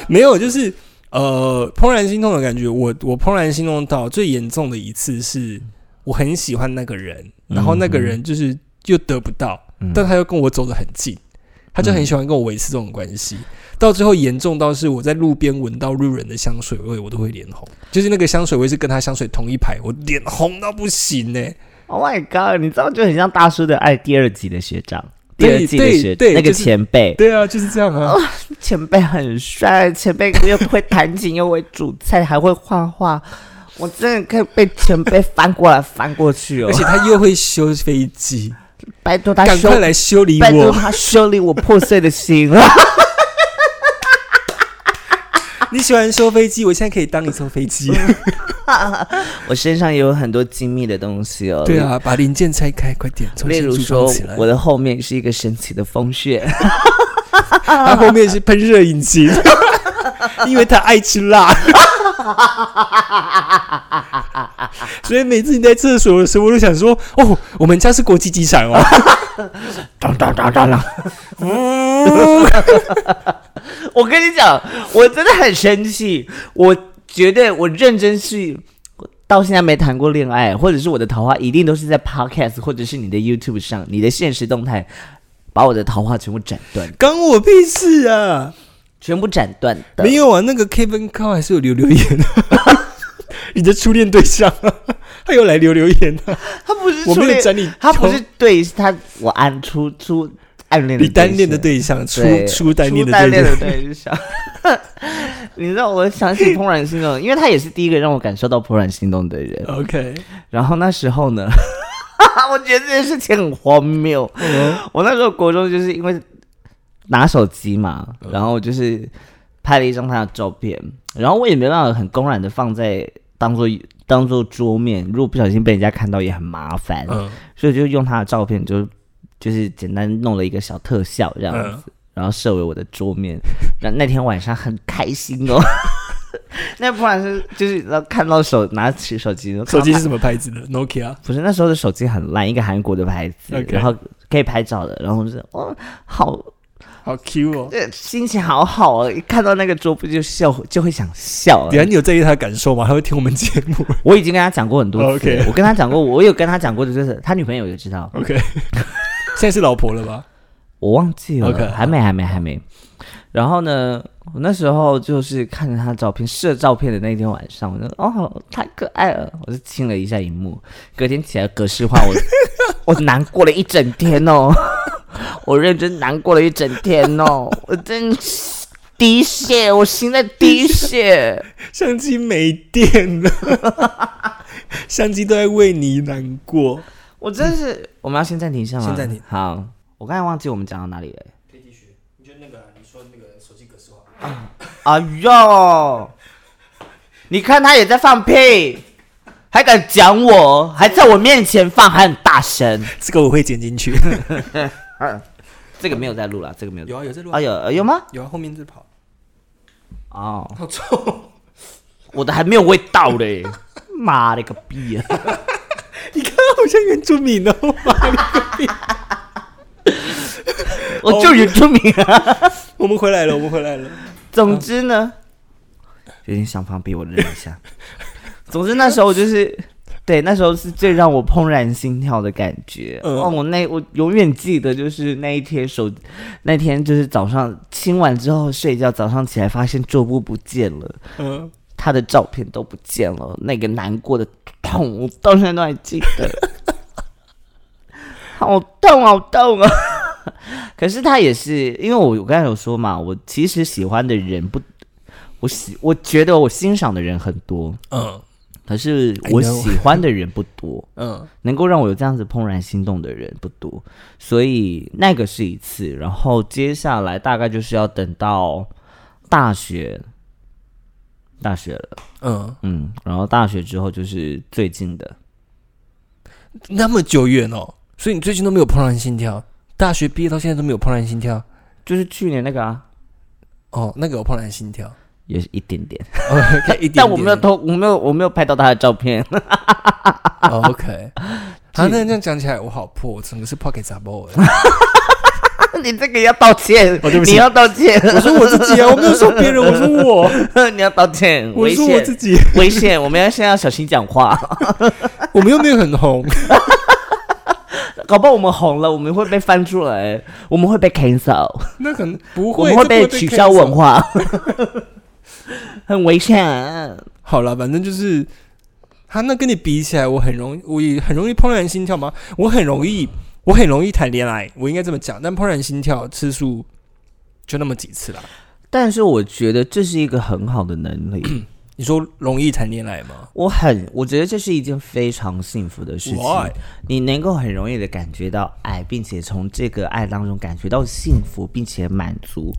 Speaker 2: 没有就是呃怦然心动的感觉。我我怦然心动到最严重的一次是，我很喜欢那个人，然后那个人就是又得不到，
Speaker 1: 嗯
Speaker 2: 但他又跟我走得很近，他就很喜欢跟我维持这种关系。到最后严重到是我在路边闻到路人的香水味，我都会脸红。就是那个香水味是跟他香水同一排，我脸红到不行呢、欸
Speaker 1: Oh my god！你知道就很像大叔的爱第二集的学长，第
Speaker 2: 对
Speaker 1: 二季的学
Speaker 2: 对对
Speaker 1: 那个
Speaker 2: 就是
Speaker 1: 前辈，
Speaker 2: 对啊，就是这样啊。
Speaker 1: 前辈很帅，前辈又会弹琴，又会煮菜，还会画画。我真的可以被前辈翻过来翻过去哦
Speaker 2: 而！且他又会修飞 机，
Speaker 1: 拜托他
Speaker 2: 赶
Speaker 1: 修
Speaker 2: 快，来修理
Speaker 1: 拜托
Speaker 2: 我！
Speaker 1: 他修理我破碎的心。啊
Speaker 2: 你喜欢修飞机，我现在可以当你修飞 机。
Speaker 1: 我身上也有很多精密的东西哦。
Speaker 2: 对啊，把零件拆开，快点，重
Speaker 1: 例，例
Speaker 2: 新
Speaker 1: 如
Speaker 2: 组装
Speaker 1: 说
Speaker 2: 起来。
Speaker 1: 我的后面是一个神奇的风穴。啊
Speaker 2: 他后面是喷射 引擎，因为他爱吃辣。所以每次你在厕所的时候，我都想说：“哦，我们家是国际机 场哦。
Speaker 1: 当当当当当。 嗯我跟你讲，我真的很生气，我觉得我认真是。我到现在没谈过恋爱，或者是我的桃花一定都是在 podcast 或者是你的 YouTube 上，你的现实动态把我的桃花全部斩断，”
Speaker 2: 关我屁事啊！
Speaker 1: 全部斩断的。
Speaker 2: 没有啊，那个 Kevin c a l 还是有留留 言的。你的初恋对象、啊，他又来留留言、啊，
Speaker 1: 他不是
Speaker 2: 我
Speaker 1: 初
Speaker 2: 没有
Speaker 1: 恋，
Speaker 2: 整理，哦
Speaker 1: 他不是对他我按初初暗恋的
Speaker 2: 你单恋的
Speaker 1: 象
Speaker 2: 对象，初
Speaker 1: 对
Speaker 2: 初单恋的
Speaker 1: 初
Speaker 2: 对象，
Speaker 1: 对象。 你知道我想起怦然心动，因为他也是第一个让我感受到怦然心动的人。
Speaker 2: OK，
Speaker 1: 然后那时候呢， 我觉得这件事情很荒谬。
Speaker 2: 嗯
Speaker 1: 我那时候国中就是因为拿手机嘛，
Speaker 2: 嗯
Speaker 1: 然后就是拍了一张他的照片，然后我也没办法很公然的放在当做当做桌面，如果不小心被人家看到也很麻烦，
Speaker 2: 嗯
Speaker 1: 所以就用他的照片就就是简单弄了一个小特效这样子。
Speaker 2: 嗯，
Speaker 1: 然后设为我的桌面。 那那天晚上很开心哦。 那不然是就是然后看到手拿起手机，
Speaker 2: 手机是
Speaker 1: 看到
Speaker 2: 什么牌子的？Nokia，
Speaker 1: 不是那时候的手机很烂，一个韩国的牌子
Speaker 2: OK
Speaker 1: 然后可以拍照的，然后我就是哦好
Speaker 2: 好 Q 哦。
Speaker 1: 呃心情好好哦，一看到那个桌布就笑，就会想笑
Speaker 2: 等一。下你有在意他的感受吗？他会听我们节目
Speaker 1: 我已经跟他讲过很多次
Speaker 2: 哦 OK
Speaker 1: 我跟他讲过，我有跟他讲过的，就是他女朋友也知道，
Speaker 2: ？OK，现在是老婆了吧？
Speaker 1: 我忘记了
Speaker 2: OK
Speaker 1: 还没，还没，还没。然后呢，我那时候就是看着他的照片，试了照片的那天晚上，我就哦，太可爱了，我就亲了一下荧幕。隔天起来格式化，我我难过了一整天哦， 我认真难过了一整天哦，我真是滴血，我心在滴血。
Speaker 2: 相机没电了， 相机都在为你难过。
Speaker 1: 我真是，我们要先暂停一下吗？
Speaker 2: 先暂停。
Speaker 1: 好，我刚才忘记我们讲到哪里了。哎呦，你看他也在放屁，还敢讲我，还在我面前放，还很大声。
Speaker 2: 这个我会剪进去。
Speaker 1: 这个没有在录了，这个没有。
Speaker 2: 有啊，有在录
Speaker 1: 啊，有有吗？
Speaker 2: 有啊，后面在跑，
Speaker 1: 哦，
Speaker 2: 好臭！
Speaker 1: 我的还没有味道嘞，妈了个逼啊！
Speaker 2: 你看，好像原住民哦。
Speaker 1: 我就原住民啊。
Speaker 2: 我们回来了，我们回来了。
Speaker 1: 总之呢，有点想放屁，我忍一下。 总之那时候就是，对，那时候是最让我怦然心跳的感觉。
Speaker 2: 嗯
Speaker 1: 哦，我那我永远记得，就是那一天手，那天就是早上亲完之后睡觉，早上起来发现桌布不见了，
Speaker 2: 嗯，
Speaker 1: 他的照片都不见了，那个难过的痛，我到现在都还记得。 好痛，好痛啊！ 可是他也是，因为我我刚才有说嘛，我其实喜欢的人不，我喜我觉得我欣赏的人很多，
Speaker 2: 嗯
Speaker 1: 可是
Speaker 2: I
Speaker 1: 我
Speaker 2: know
Speaker 1: 喜欢的人不多，
Speaker 2: 嗯
Speaker 1: 能够让我有这样子怦然心动的人不多，所以那个是一次，然后接下来大概就是要等到大学，大学了，
Speaker 2: 嗯，
Speaker 1: 嗯，然后大学之后就是最近的，
Speaker 2: 那么久远哦，所以你最近都没有怦然心跳，大学毕业到现在都没有怦然心跳。
Speaker 1: 就是去年那个啊，
Speaker 2: 哦，那个有怦然心跳，
Speaker 1: 也是一点点，
Speaker 2: 哦 OK，一点点
Speaker 1: 但我没有偷，我没有，我没有拍到他的照片。
Speaker 2: 哦 OK，好，那这样讲起来我好破，我整个是 pocket 杂包哎。
Speaker 1: 你这个要道歉，
Speaker 2: 哦对不起
Speaker 1: 你要道歉，
Speaker 2: 我说我自己啊，我没有说别人，我说 我，
Speaker 1: 你要道歉，
Speaker 2: 我
Speaker 1: 危
Speaker 2: 说我自
Speaker 1: 险，
Speaker 2: 己，
Speaker 1: 危险，我们要现在要小心讲 话，
Speaker 2: 我们又没有很红。
Speaker 1: 搞不好我们红了，我们会被翻出来，我们会被 cancel，
Speaker 2: 那可能不
Speaker 1: 我
Speaker 2: 会，
Speaker 1: 们会
Speaker 2: 这不
Speaker 1: 被取消
Speaker 2: cancel
Speaker 1: 文。化， 很危险。
Speaker 2: 好了，反正就是他那跟你比起来，我很容易，我也很容易怦然心跳吗？我很容易，我很容易谈恋爱，我应该这么讲。但怦然心跳次数就那么几次啦。
Speaker 1: 但是我觉得这是一个很好的能力，
Speaker 2: 你说容易谈恋爱吗
Speaker 1: 我很，我觉得这是一件非常幸福的事情。
Speaker 2: ？Why？
Speaker 1: 你能够很容易的感觉到爱，并且从这个爱当中感觉到幸福，并且满足。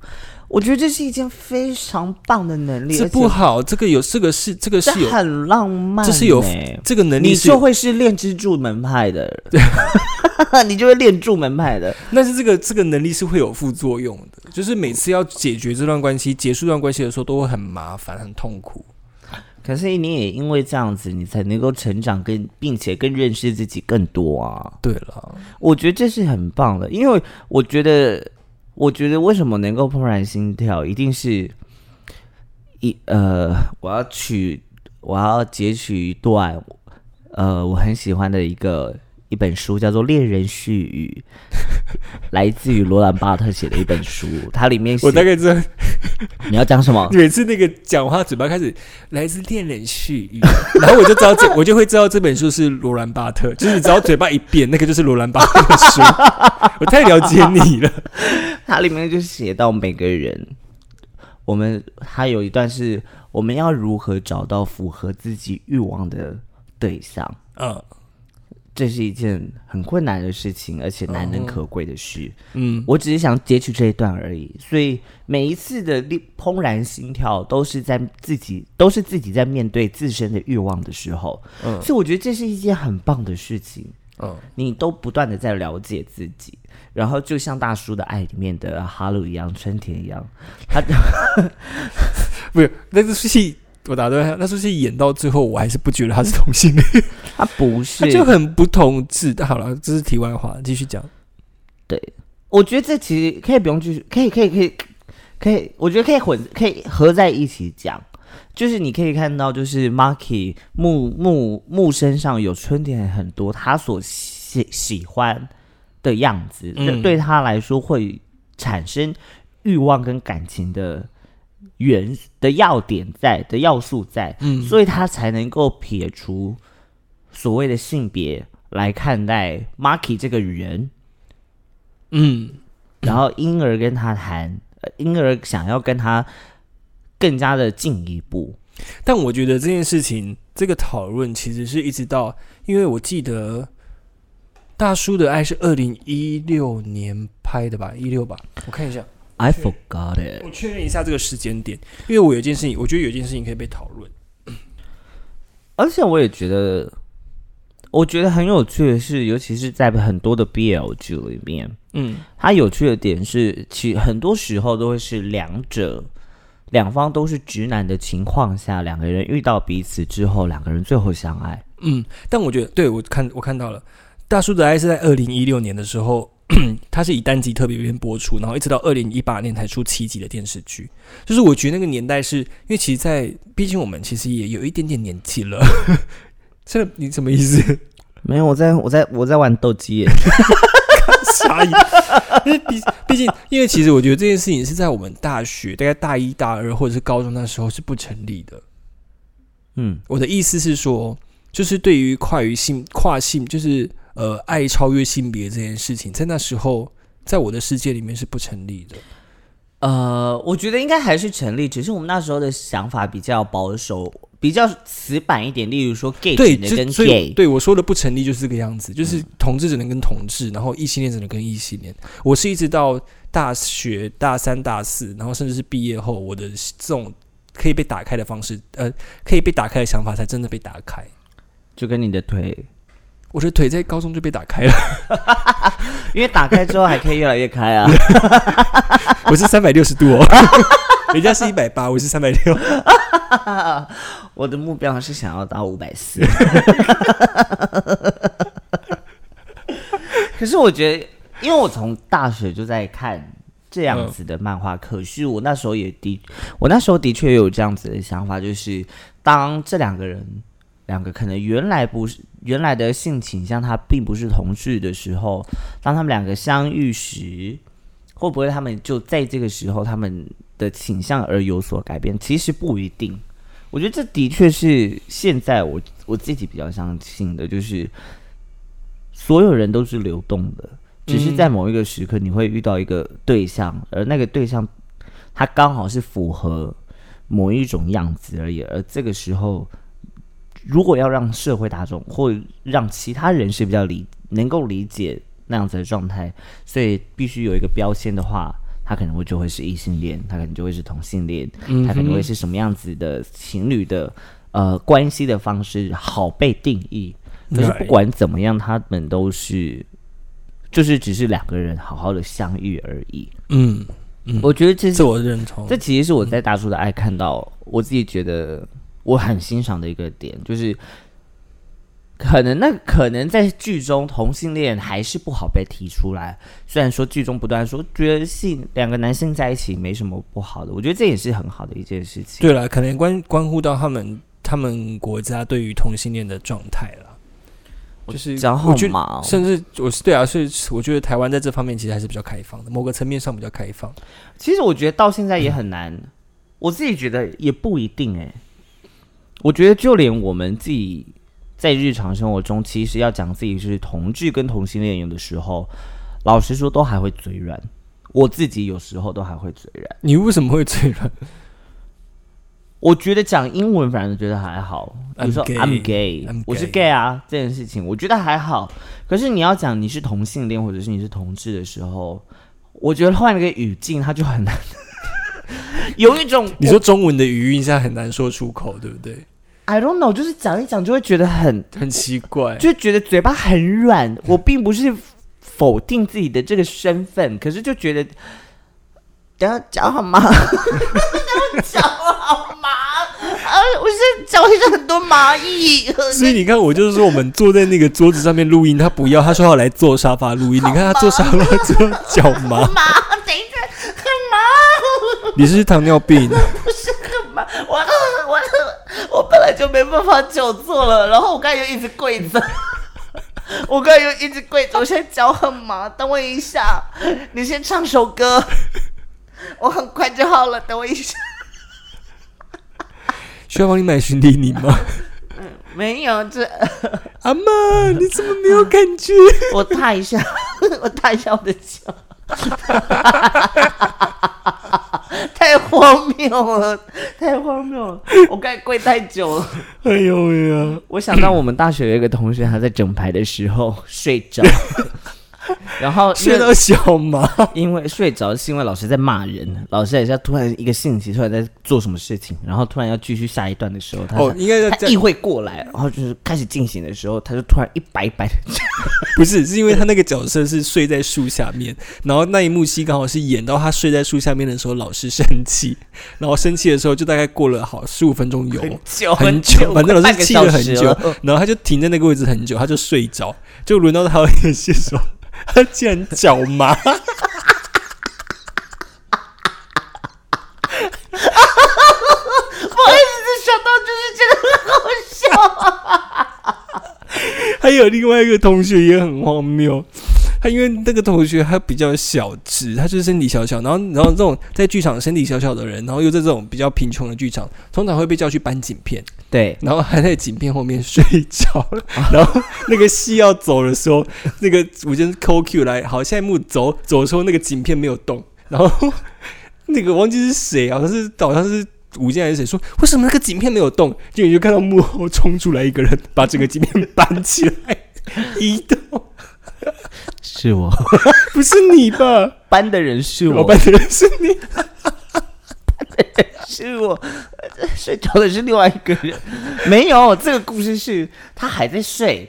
Speaker 1: 我觉得这是一件非常棒的能力，
Speaker 2: 这
Speaker 1: 而且
Speaker 2: 不好，这个有这个是这个
Speaker 1: 这
Speaker 2: 是 有
Speaker 1: 很浪漫、欸，
Speaker 2: 这是有这个能力
Speaker 1: 你
Speaker 2: 是有
Speaker 1: 就会是练蜘蛛门派 的，你就会练住门派的。
Speaker 2: 但是这个这个能力是会有副作用的，就是每次要解决这段关系、结束这段关系的时候，都会很麻烦、很痛苦。
Speaker 1: 可是你也因为这样子，你才能够成长跟，并且更认识自己更多啊。
Speaker 2: 对了，
Speaker 1: 我觉得这是很棒的，因为我觉得，我觉得为什么能够怦然心跳，一定是一呃，我要取，我要截取一段，呃，我很喜欢的一个一本书，叫做《恋人絮语》，来自于罗兰巴特写的一本书，它里面写
Speaker 2: 我大概知道。
Speaker 1: 你要讲什么
Speaker 2: 每次那个讲话嘴巴开始来自恋人絮语，然后我就知道这，我 就会知道这本书是罗兰巴特，就是你只要嘴巴一变，那个就是罗兰巴特的书。 我太了解你了，
Speaker 1: 它里面就写到每个人，我们还有一段是我们要如何找到符合自己欲望的对象。
Speaker 2: 嗯
Speaker 1: 这是一件很困难的事情，而且难能可贵的事。
Speaker 2: 嗯，
Speaker 1: 我只是想截取这一段而已，所以每一次的力怦然心跳都是在自己，都是自己在面对自身的欲望的时候。
Speaker 2: 嗯
Speaker 1: 所以我觉得这是一件很棒的事情。
Speaker 2: 嗯，
Speaker 1: 你都不断的在了解自己，然后就像大叔的爱里面的哈鲁一样，春田一样，他
Speaker 2: 不是那出戏，我打断一下，那出戏演到最后，我还是不觉得他是同性恋，
Speaker 1: 他不
Speaker 2: 他
Speaker 1: 是
Speaker 2: 就很不同志。好了，这是题外话，继续讲。
Speaker 1: 对，我觉得这其实可以不用继续，可以可以可以可以，我觉得可以混，可以合在一起讲。就是你可以看到，就是 Marky 木木木身上有春天很多他所喜喜欢的样子，
Speaker 2: 嗯
Speaker 1: 这对他来说会产生欲望跟感情的元的要点在的要素在，所以他才能够撇除所谓的性别来看待 Marky 这个人，
Speaker 2: 嗯，
Speaker 1: 然后因而跟他谈，呃因而想要跟他更加的进一步。
Speaker 2: 但我觉得这件事情，这个讨论其实是一直到，因为我记得大叔的爱是二零一六年拍的吧，一六吧，我看一下，
Speaker 1: I forgot it。
Speaker 2: 我确认一下这个时间点，因为我有一件事情，我觉得有一件事情可以被讨论。
Speaker 1: 而且我也觉得，我觉得很有趣的是，尤其是在很多的 BL 剧里面，
Speaker 2: 嗯
Speaker 1: 它有趣的点是，其很多时候都会是两者两方都是直男的情况下，两个人遇到彼此之后，两个人最后相爱。
Speaker 2: 嗯，但我觉得，对我看我看到了，大叔的爱是在二零一六年的时候。 它是以单集特别片播出，然后一直到二零一八年才出七集的电视剧。就是我觉得那个年代是，因为其实在，毕竟我们其实也有一点点年纪了。 这你什么意思？
Speaker 1: 没有，我在我在我在玩斗鸡耶，
Speaker 2: 差异。因为毕毕竟，因为其实我觉得这件事情是在我们大学大概大一大二或者是高中那时候是不成立的。
Speaker 1: 嗯，
Speaker 2: 我的意思是说，就是对于跨于性跨性，就是呃爱超越性别这件事情，在那时候，在我的世界里面是不成立的。
Speaker 1: 呃，我觉得应该还是成立，只是我们那时候的想法比较保守，比较死板一点。例如说 gay
Speaker 2: 对，
Speaker 1: 只能
Speaker 2: 就
Speaker 1: 跟
Speaker 2: 所以
Speaker 1: gay，嗯
Speaker 2: 对我说的不成立就是这个样子，就是同志只能跟同志，然后异性恋只能跟异性恋。我是一直到大学大三、大四，然后甚至是毕业后，我的这种可以被打开的方式，呃，可以被打开的想法才真的被打开。
Speaker 1: 就跟你的腿，
Speaker 2: 我的腿在高中就被打开了，
Speaker 1: 因为打开之后还可以越来越开啊。
Speaker 2: 我是三百六十度 哦，人家是一百八，我是三百六。
Speaker 1: 我的目标是想要到五百四。 可是我觉得，因为我从大学就在看这样子的漫画，可是我那时候也的，我那时候的确也有这样子的想法，就是当这两个人，两个可能原来不是原来的性倾向，他并不是同志的时候，当他们两个相遇时，会不会他们就在这个时候他们的倾向而有所改变？其实不一定。我觉得这的确是现在我我自己比较相信的，就是所有人都是流动的，只是在某一个时刻你会遇到一个对象，而那个对象他刚好是符合某一种样子而已，而这个时候。如果要让社会大众或让其他人是比较理能够理解那样子的状态，所以必须有一个标签的话，他可能会就会是异性恋，他可能就会是同性恋，他可能会是什么样子的情侣的呃关系的方式好被定义。可是不
Speaker 2: Right
Speaker 1: 管怎么样，他们都是就是只是两个人好好的相遇而已。
Speaker 2: 嗯，
Speaker 1: 我觉得这是
Speaker 2: 这我认同。
Speaker 1: 这其实是我在大叔的爱看到，我自己觉得我很欣赏的一个点，就是可能那可能在剧中同性恋还是不好被提出来。虽然说剧中不断说觉得性两个男性在一起没什么不好的，我觉得这也是很好的一件事情。
Speaker 2: 对了，可能关关乎到他们他们国家对于同性恋的状态了，就是
Speaker 1: 讲好
Speaker 2: 我觉得
Speaker 1: 忙哦
Speaker 2: 甚至我是对啊，所以我觉得台湾在这方面其实还是比较开放的，某个层面上比较开放。
Speaker 1: 其实我觉得到现在也很难，我自己觉得也不一定哎、我觉得就连我们自己在日常生活中，其实要讲自己是同志跟同性恋有的时候，老实说都还会嘴软。我自己有时候都还会嘴软。
Speaker 2: 你为什么会嘴软？
Speaker 1: 我觉得讲英文反而觉得还好，比
Speaker 2: I'm
Speaker 1: 如说
Speaker 2: gay,
Speaker 1: I'm gay，
Speaker 2: I'm
Speaker 1: 我是
Speaker 2: gay
Speaker 1: gay 啊这件事情，我觉得还好。可是你要讲你是同性恋或者是你是同志的时候，我觉得换了个语境，它就 很难，有一种
Speaker 2: 你说中文的语音现在很难说出口，对不对？
Speaker 1: I don't know，就是讲一讲就会觉得很，
Speaker 2: 很奇怪。
Speaker 1: 就觉得嘴巴很软。我并不是否定自己的这个身份，可是就觉得，等一下讲好吗？等一下讲好吗？啊，我现在脚底下很多蚂蚁。
Speaker 2: 所以你看，我就是说，我们坐在那个桌子上面录音，他不要，他说要来坐沙发录音。你看他坐沙发坐脚麻，
Speaker 1: 麻，等一下，很麻，
Speaker 2: 你是不是糖尿病？啊
Speaker 1: 不是很麻，我我我本来就没办法久坐了，然后我刚才又一直跪着。 我刚才又一直跪着，我现在脚很麻，等我一下，你先唱首歌， 我很快就好了，等我一下。
Speaker 2: 需要帮你买寻迪尼吗？
Speaker 1: 没有，这
Speaker 2: 阿 妈，你怎么没有感觉？
Speaker 1: 我踏一下， 我踏一下我的脚， 太荒谬了，太荒谬了，我刚才跪太久了。
Speaker 2: 哎呦喂呀！
Speaker 1: 我想到我们大学有一个同学，他在整排的时候睡着，然后因
Speaker 2: 睡
Speaker 1: 为
Speaker 2: 到小麻，
Speaker 1: 因为睡着是因为老师在骂人，老师也是突然一个兴起，突然在做什么事情，然后突然要继续下一段的时候，他
Speaker 2: 哦应该要这
Speaker 1: 他
Speaker 2: 样
Speaker 1: 意会过来，然后就是开始进行的时候，他就突然一摆一摆的
Speaker 2: 不是，是因为他那个角色是睡在树下面，然后那一幕戏刚好是演到他睡在树下面的时候，老师生气，然后生气的时候就大概过了好十五分钟有，
Speaker 1: 久
Speaker 2: 很久，反正老
Speaker 1: 快
Speaker 2: 师
Speaker 1: 半个
Speaker 2: 气了
Speaker 1: 小
Speaker 2: 很
Speaker 1: 时
Speaker 2: 久，然后他就停在那个位置很久，他就睡着，就轮到他演戏的时候，他竟然脚 麻，
Speaker 1: 我一直想到就是觉得很好笑。啊
Speaker 2: 还有另外一个同学也很荒谬。他因为那个同学他比较小只，他就是身体小小，然后然后这种在剧场身体小小的人，然后又在这种比较贫穷的剧场，通常会被叫去搬景片，
Speaker 1: 对，
Speaker 2: 然后还在景片后面睡着，然后那个戏要走的时候，那个我就是 QQ 来，好，下一幕走走的时候，那个景片没有动，然后那个忘记是谁啊，好像是好像是吴健还是谁说，为什么那个景片没有动？就你就看到幕后冲出来一个人，把整个景片搬起来移动，
Speaker 1: 是我
Speaker 2: 不是你吧？
Speaker 1: 搬的人是
Speaker 2: 老
Speaker 1: 我，
Speaker 2: 板的人是你，
Speaker 1: 是我，呃睡着的是另外一个人。没有，这个故事是他还在睡。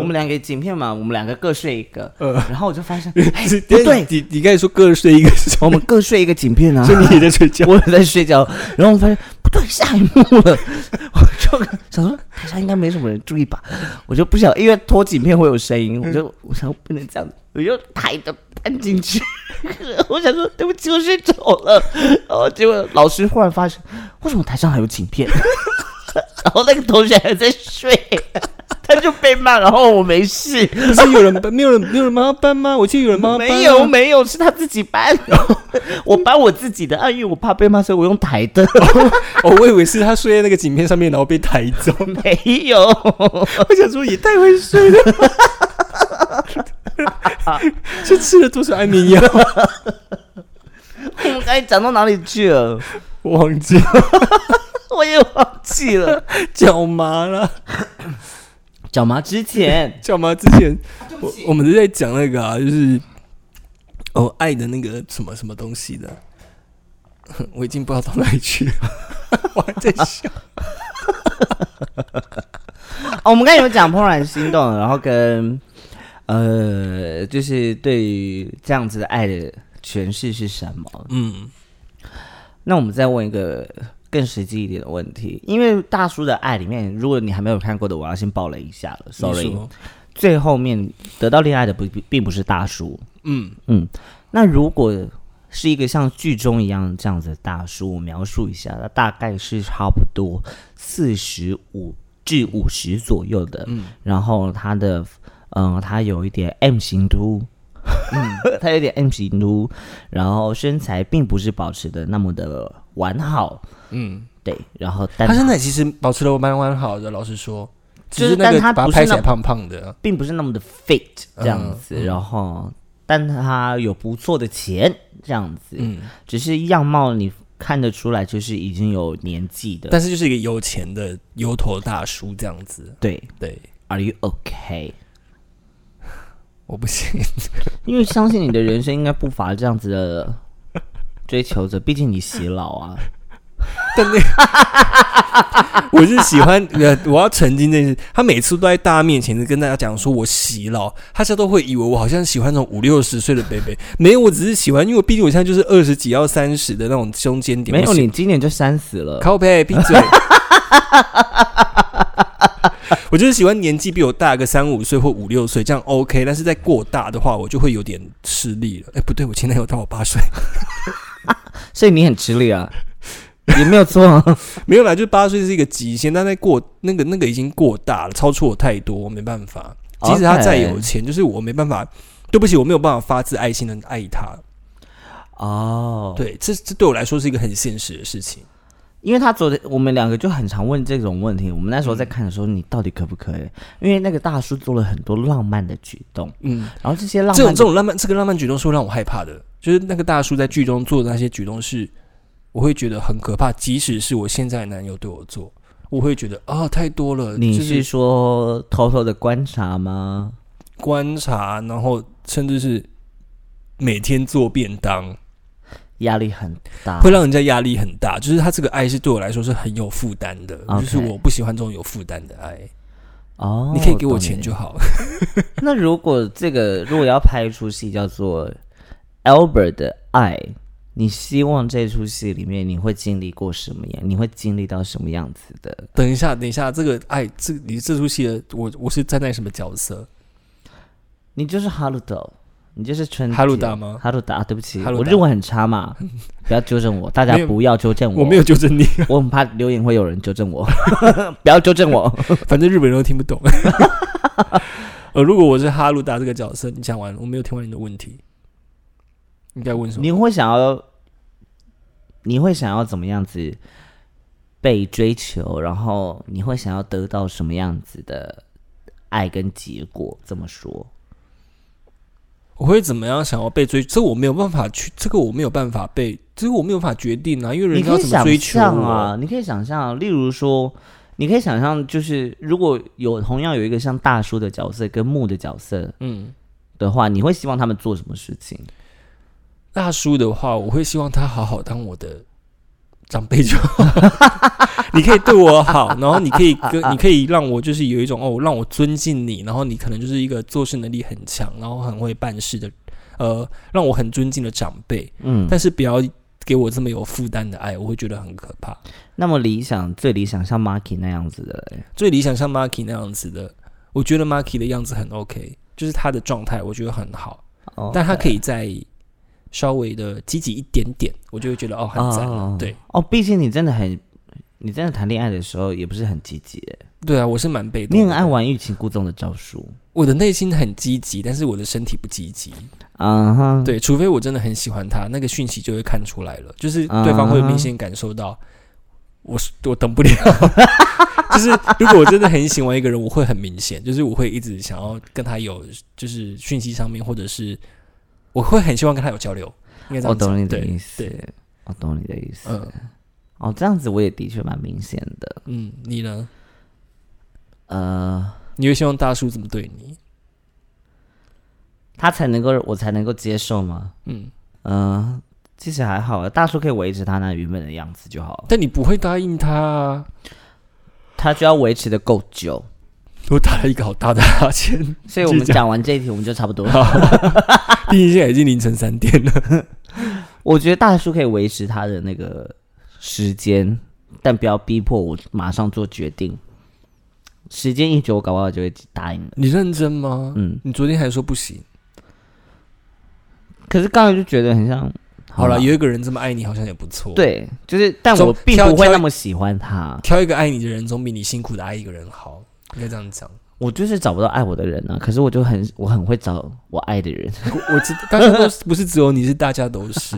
Speaker 1: 我们两个景片嘛，我们两个各睡一个，
Speaker 2: 嗯
Speaker 1: 然后我就发现，哎，
Speaker 2: 是
Speaker 1: 不对，
Speaker 2: 你你刚才说各睡一个是
Speaker 1: 我们各睡一个景片 啊，
Speaker 2: 所以你也在睡觉。
Speaker 1: 我也在睡觉，然后我发现不对，下一幕了， 我就想说台下应该没什么人注意吧，我就不想，因为拖景片会有声音，我就我想不能这样，我就抬着搬进去，我想说对不起，我睡着了，然后结果老师忽然发现，为什么台上还有景片？然后那个同学还在睡，他就被骂，然后我没事，
Speaker 2: 不是有人搬，没有人，没有人帮他搬吗？我记得有人帮他搬啊、
Speaker 1: 没有没有，是他自己搬，我搬我自己的，啊因为我怕被骂，所以我用抬的。
Speaker 2: 哦，我以为是他睡在那个景片上面，然后被抬走。
Speaker 1: 没有，
Speaker 2: 我想说也太会睡了，是吃了多少安眠药？
Speaker 1: 我们刚才讲到哪里去了？
Speaker 2: 我忘记了，
Speaker 1: 我也忘记了。
Speaker 2: 脚麻了。
Speaker 1: 脚麻之前，
Speaker 2: 脚麻之前，
Speaker 1: 啊
Speaker 2: 我我们是在讲那个啊，就是哦爱的那个什么什么东西的， 我已经不知道到哪里去了，我还在 笑。
Speaker 1: 哦，我们刚才有讲怦然心动，然后跟呃，就是对于这样子的爱的诠释是什么？
Speaker 2: 嗯，
Speaker 1: 那我们再问一个更实际一点的问题，因为大叔的爱里面，如果你还没有看过的，我要先爆雷一下了
Speaker 2: 你
Speaker 1: ，sorry。
Speaker 2: 说
Speaker 1: 最后面得到恋爱的不并不是大叔，
Speaker 2: 嗯，
Speaker 1: 嗯，那如果是一个像剧中一样这样子的大叔，我描述一下，他大概是差不多四十五至五十左右的，然后他的嗯、他有一点 M 型秃。 他有点 M 型秃，然后身材并不是保持的那么的完好，嗯，对，然后但
Speaker 2: 他身材其实保持的蛮完好的，老实说，
Speaker 1: 就
Speaker 2: 只
Speaker 1: 是
Speaker 2: 那个
Speaker 1: 但他
Speaker 2: 把
Speaker 1: 不
Speaker 2: 他
Speaker 1: 是
Speaker 2: 拍起
Speaker 1: 那
Speaker 2: 来胖胖的，
Speaker 1: 并不是那么的 fit 这样子，然后但他有不错的钱这样子，
Speaker 2: 嗯
Speaker 1: 只是样貌你看得出来，就是已经有年纪的。
Speaker 2: 但是就是一个有钱的油头大叔这样子。
Speaker 1: 对
Speaker 2: 对，
Speaker 1: ，Are you okay？
Speaker 2: 我不信。
Speaker 1: 因为相信你的人生应该不乏这样子的追求者，毕竟你洗脑啊。
Speaker 2: 但那个 我是喜欢呃，我要澄清这件事。他每次都在大家面前跟大家讲说我洗脑，大家都会以为我好像喜欢那种五六十岁的 baby。没有，我只是喜欢，因为我毕竟我现在就是二十几到三十的那种中间点。
Speaker 1: 没有，
Speaker 2: 我喜
Speaker 1: 你今年就三十了。
Speaker 2: 靠背闭嘴。我就是喜欢年纪比我大个三五岁或五六岁，这样 OK。但是在过大的话，我就会有点吃力了。哎、不对，我前男友大我八岁，
Speaker 1: 所以你很吃力啊，也没有错啊、
Speaker 2: 没有啦，就八岁是一个极限，但在过那个那个已经过大了，超出我太多，我没办法。即使他再有钱，就是我没办法。对不起，我没有办法发自爱心的爱他。
Speaker 1: 哦，
Speaker 2: 对，这这对我来说是一个很现实的事情。
Speaker 1: 因为他昨天我们两个就很常问这种问题。我们那时
Speaker 2: 嗯
Speaker 1: 候在看的时候，你到底可不可以？因为那个大叔做了很多浪漫的举动，
Speaker 2: 嗯，
Speaker 1: 然后这些浪
Speaker 2: 这种
Speaker 1: 漫
Speaker 2: 这种浪漫，这个浪漫举动是会让我害怕的。就是那个大叔在剧中做的那些举动是，我会觉得很可怕。即使是我现在的男友对我做，我会觉得啊、太多了。
Speaker 1: 你
Speaker 2: 就是
Speaker 1: 说偷偷的观察吗？
Speaker 2: 观察，然后甚至是每天做便当，
Speaker 1: 压力很大
Speaker 2: 会，让人家压力很大。就是他这个爱是对我来说是很有负担的
Speaker 1: OK
Speaker 2: 就是我不喜欢这种有负担的爱。
Speaker 1: 哦，
Speaker 2: 你可以给我
Speaker 1: 懂
Speaker 2: 钱
Speaker 1: 你
Speaker 2: 就好。
Speaker 1: 那如果这个如果要拍一出戏叫做《Albert 的爱》，你希望这出戏里面你会经历过什么样？你会经历到什么样子的？
Speaker 2: 等一下，等一下，这个爱，这你这出戏的，我我是站在什么角色？
Speaker 1: 你就是哈鲁德，你就是春
Speaker 2: 哈鲁达吗
Speaker 1: 哈鲁达，啊对不起，
Speaker 2: 哈鲁达
Speaker 1: 我日文很差 嘛，不要纠正我，大家
Speaker 2: 没有
Speaker 1: 不要纠正 我，
Speaker 2: 我没有，纠正你，
Speaker 1: 我很怕留言会有人纠正我， 不要纠正 我。
Speaker 2: 反正日本人都听不懂。 呃，如果我是哈鲁达这个角色，你讲完了，我没有听完你的问题，你该问什么？
Speaker 1: 你会想要，你会想要怎么样子被追求？然后你会想要得到什么样子的爱跟结果？这么说，
Speaker 2: 我会怎么样想要被追？这我没有办法去，这个我没有办法被，这个我没有办法决定啊，因为人
Speaker 1: 你
Speaker 2: 家要
Speaker 1: 可以
Speaker 2: 怎么
Speaker 1: 想
Speaker 2: 追求
Speaker 1: 象
Speaker 2: 我
Speaker 1: 啊，你可以想象，例如说，你可以想象，就是如果有同样有一个像大叔的角色跟木的角色
Speaker 2: 嗯，
Speaker 1: 的话，你会希望他们做什么事情？
Speaker 2: 大叔的话，我会希望他好好当我的长辈就好。 你可以对我好，然后你可以 跟你可以让我就是有一种哦，让我尊敬你，然后你可能就是一个做事能力很强，然后很会办事的，呃，让我很尊敬的长辈。
Speaker 1: 嗯，
Speaker 2: 但是不要给我这么有负担的爱，我会觉得很可怕。
Speaker 1: 那么理想最理想像 Marky 那样子的嘞，
Speaker 2: 最理想像 Marky 那样子的，我觉得 Marky 的样子很 OK，就是他的状态我觉得很好，
Speaker 1: 哦
Speaker 2: 但他可以再稍微的积极一点点，我就会觉得哦很赞了。
Speaker 1: 哦
Speaker 2: 对
Speaker 1: 哦，毕竟你真的很，你真的谈恋爱的时候也不是很积极耶，
Speaker 2: 对啊，我是蛮被动
Speaker 1: 你
Speaker 2: 的。
Speaker 1: 很爱玩欲擒故纵的招数。
Speaker 2: 我的内心很积极，但是我的身体不积极。
Speaker 1: 嗯哼，
Speaker 2: 对，除非我真的很喜欢他，那个讯息就会看出来了，就是
Speaker 1: 啊
Speaker 2: 对方会明显感受到我是我等不了。 就是如果我真的很喜欢一个人，我会很明显，就是我会一直想要跟他有，就是讯息上面，或者是我会很希望跟他有交流。应该这
Speaker 1: 我
Speaker 2: 样讲
Speaker 1: 哦懂你的
Speaker 2: 对
Speaker 1: 意思
Speaker 2: 对，
Speaker 1: 我懂你的意思。
Speaker 2: 嗯
Speaker 1: 哦，这样子我也的确蛮明显的。
Speaker 2: 嗯，你呢？
Speaker 1: 呃，
Speaker 2: 你会希望大叔怎么对你？
Speaker 1: 他才能够，我才能够接受吗？
Speaker 2: 嗯，
Speaker 1: 嗯，其实还好啊，大叔可以维持他那原本的样子就好了，
Speaker 2: 但你不会答应他啊！
Speaker 1: 他就要维持的够久。
Speaker 2: 我打了一个好大的哈欠，
Speaker 1: 所以我们
Speaker 2: 是这
Speaker 1: 讲完这一题，我们就差不 多了。
Speaker 2: 毕竟现在已经凌晨三点了。
Speaker 1: 我觉得大叔可以维持他的那个时间，但不要逼迫我马上做决定。时间一久，我搞不好就会答应了。
Speaker 2: 你认真吗？
Speaker 1: 嗯，
Speaker 2: 你昨天还说不行。
Speaker 1: 可是刚才就觉得很像，
Speaker 2: 好了，
Speaker 1: 吧
Speaker 2: 有一个人这么爱你，好像也不错。，
Speaker 1: 对，就是，但
Speaker 2: 总
Speaker 1: 我并
Speaker 2: 挑
Speaker 1: 不会
Speaker 2: 挑
Speaker 1: 那么喜欢他，
Speaker 2: 挑一个爱你的人，总比你辛苦的爱一个人好，应该这 样讲。
Speaker 1: 我就是找不到爱我的人啊。可是我就很，我很会找我爱的人。
Speaker 2: 我我知大家都是不是只有你是，大家都是，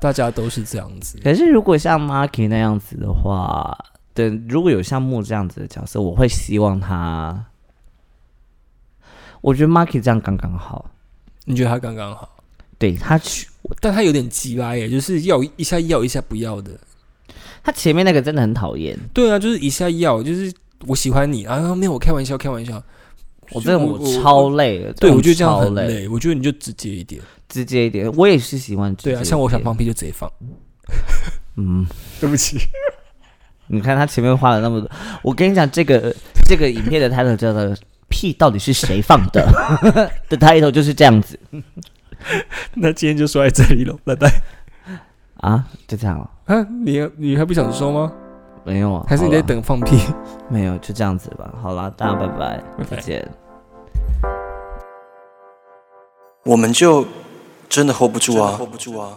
Speaker 2: 大家都是这样子。
Speaker 1: 可是如果像 Marky 那样子的话，对，如果有像木这样子的角色，我会希望他。我觉得 Marky 这样刚刚好，
Speaker 2: 你觉得他刚刚好，
Speaker 1: 对他去
Speaker 2: 但他有点急吧耶，就是要一下要一下不要的。
Speaker 1: 他前面那个真的很讨厌，
Speaker 2: 对啊，就是一下要，就是我喜欢你啊，没有我开玩笑，开玩笑。
Speaker 1: 我真的
Speaker 2: 我
Speaker 1: 我超
Speaker 2: 我
Speaker 1: 累的，这
Speaker 2: 对，
Speaker 1: 种
Speaker 2: 我觉得这样
Speaker 1: 超
Speaker 2: 很
Speaker 1: 累，
Speaker 2: 累。我觉得你就直接一点。
Speaker 1: 直接一点。我也是喜欢直接
Speaker 2: 对
Speaker 1: 一
Speaker 2: 啊，
Speaker 1: 点
Speaker 2: 像我想放屁就直接放。
Speaker 1: 嗯，
Speaker 2: 对不起，
Speaker 1: 你看他前面花了那么多，我跟你讲，这个这个影片的 title 叫做“屁到底是谁放的” 的 title 就是这样子
Speaker 2: 那今天就 说在这里了，拜拜。
Speaker 1: 啊，就这样了。
Speaker 2: 啊，你你还不想说吗？
Speaker 1: 没有啊，
Speaker 2: 还是你在
Speaker 1: 好啦？
Speaker 2: 等放屁？
Speaker 1: 没有，就这样子吧。好啦，大家拜拜，
Speaker 2: 拜拜
Speaker 1: 再见。
Speaker 4: 我们就真的 hold 不住啊
Speaker 3: ，hold 不住啊。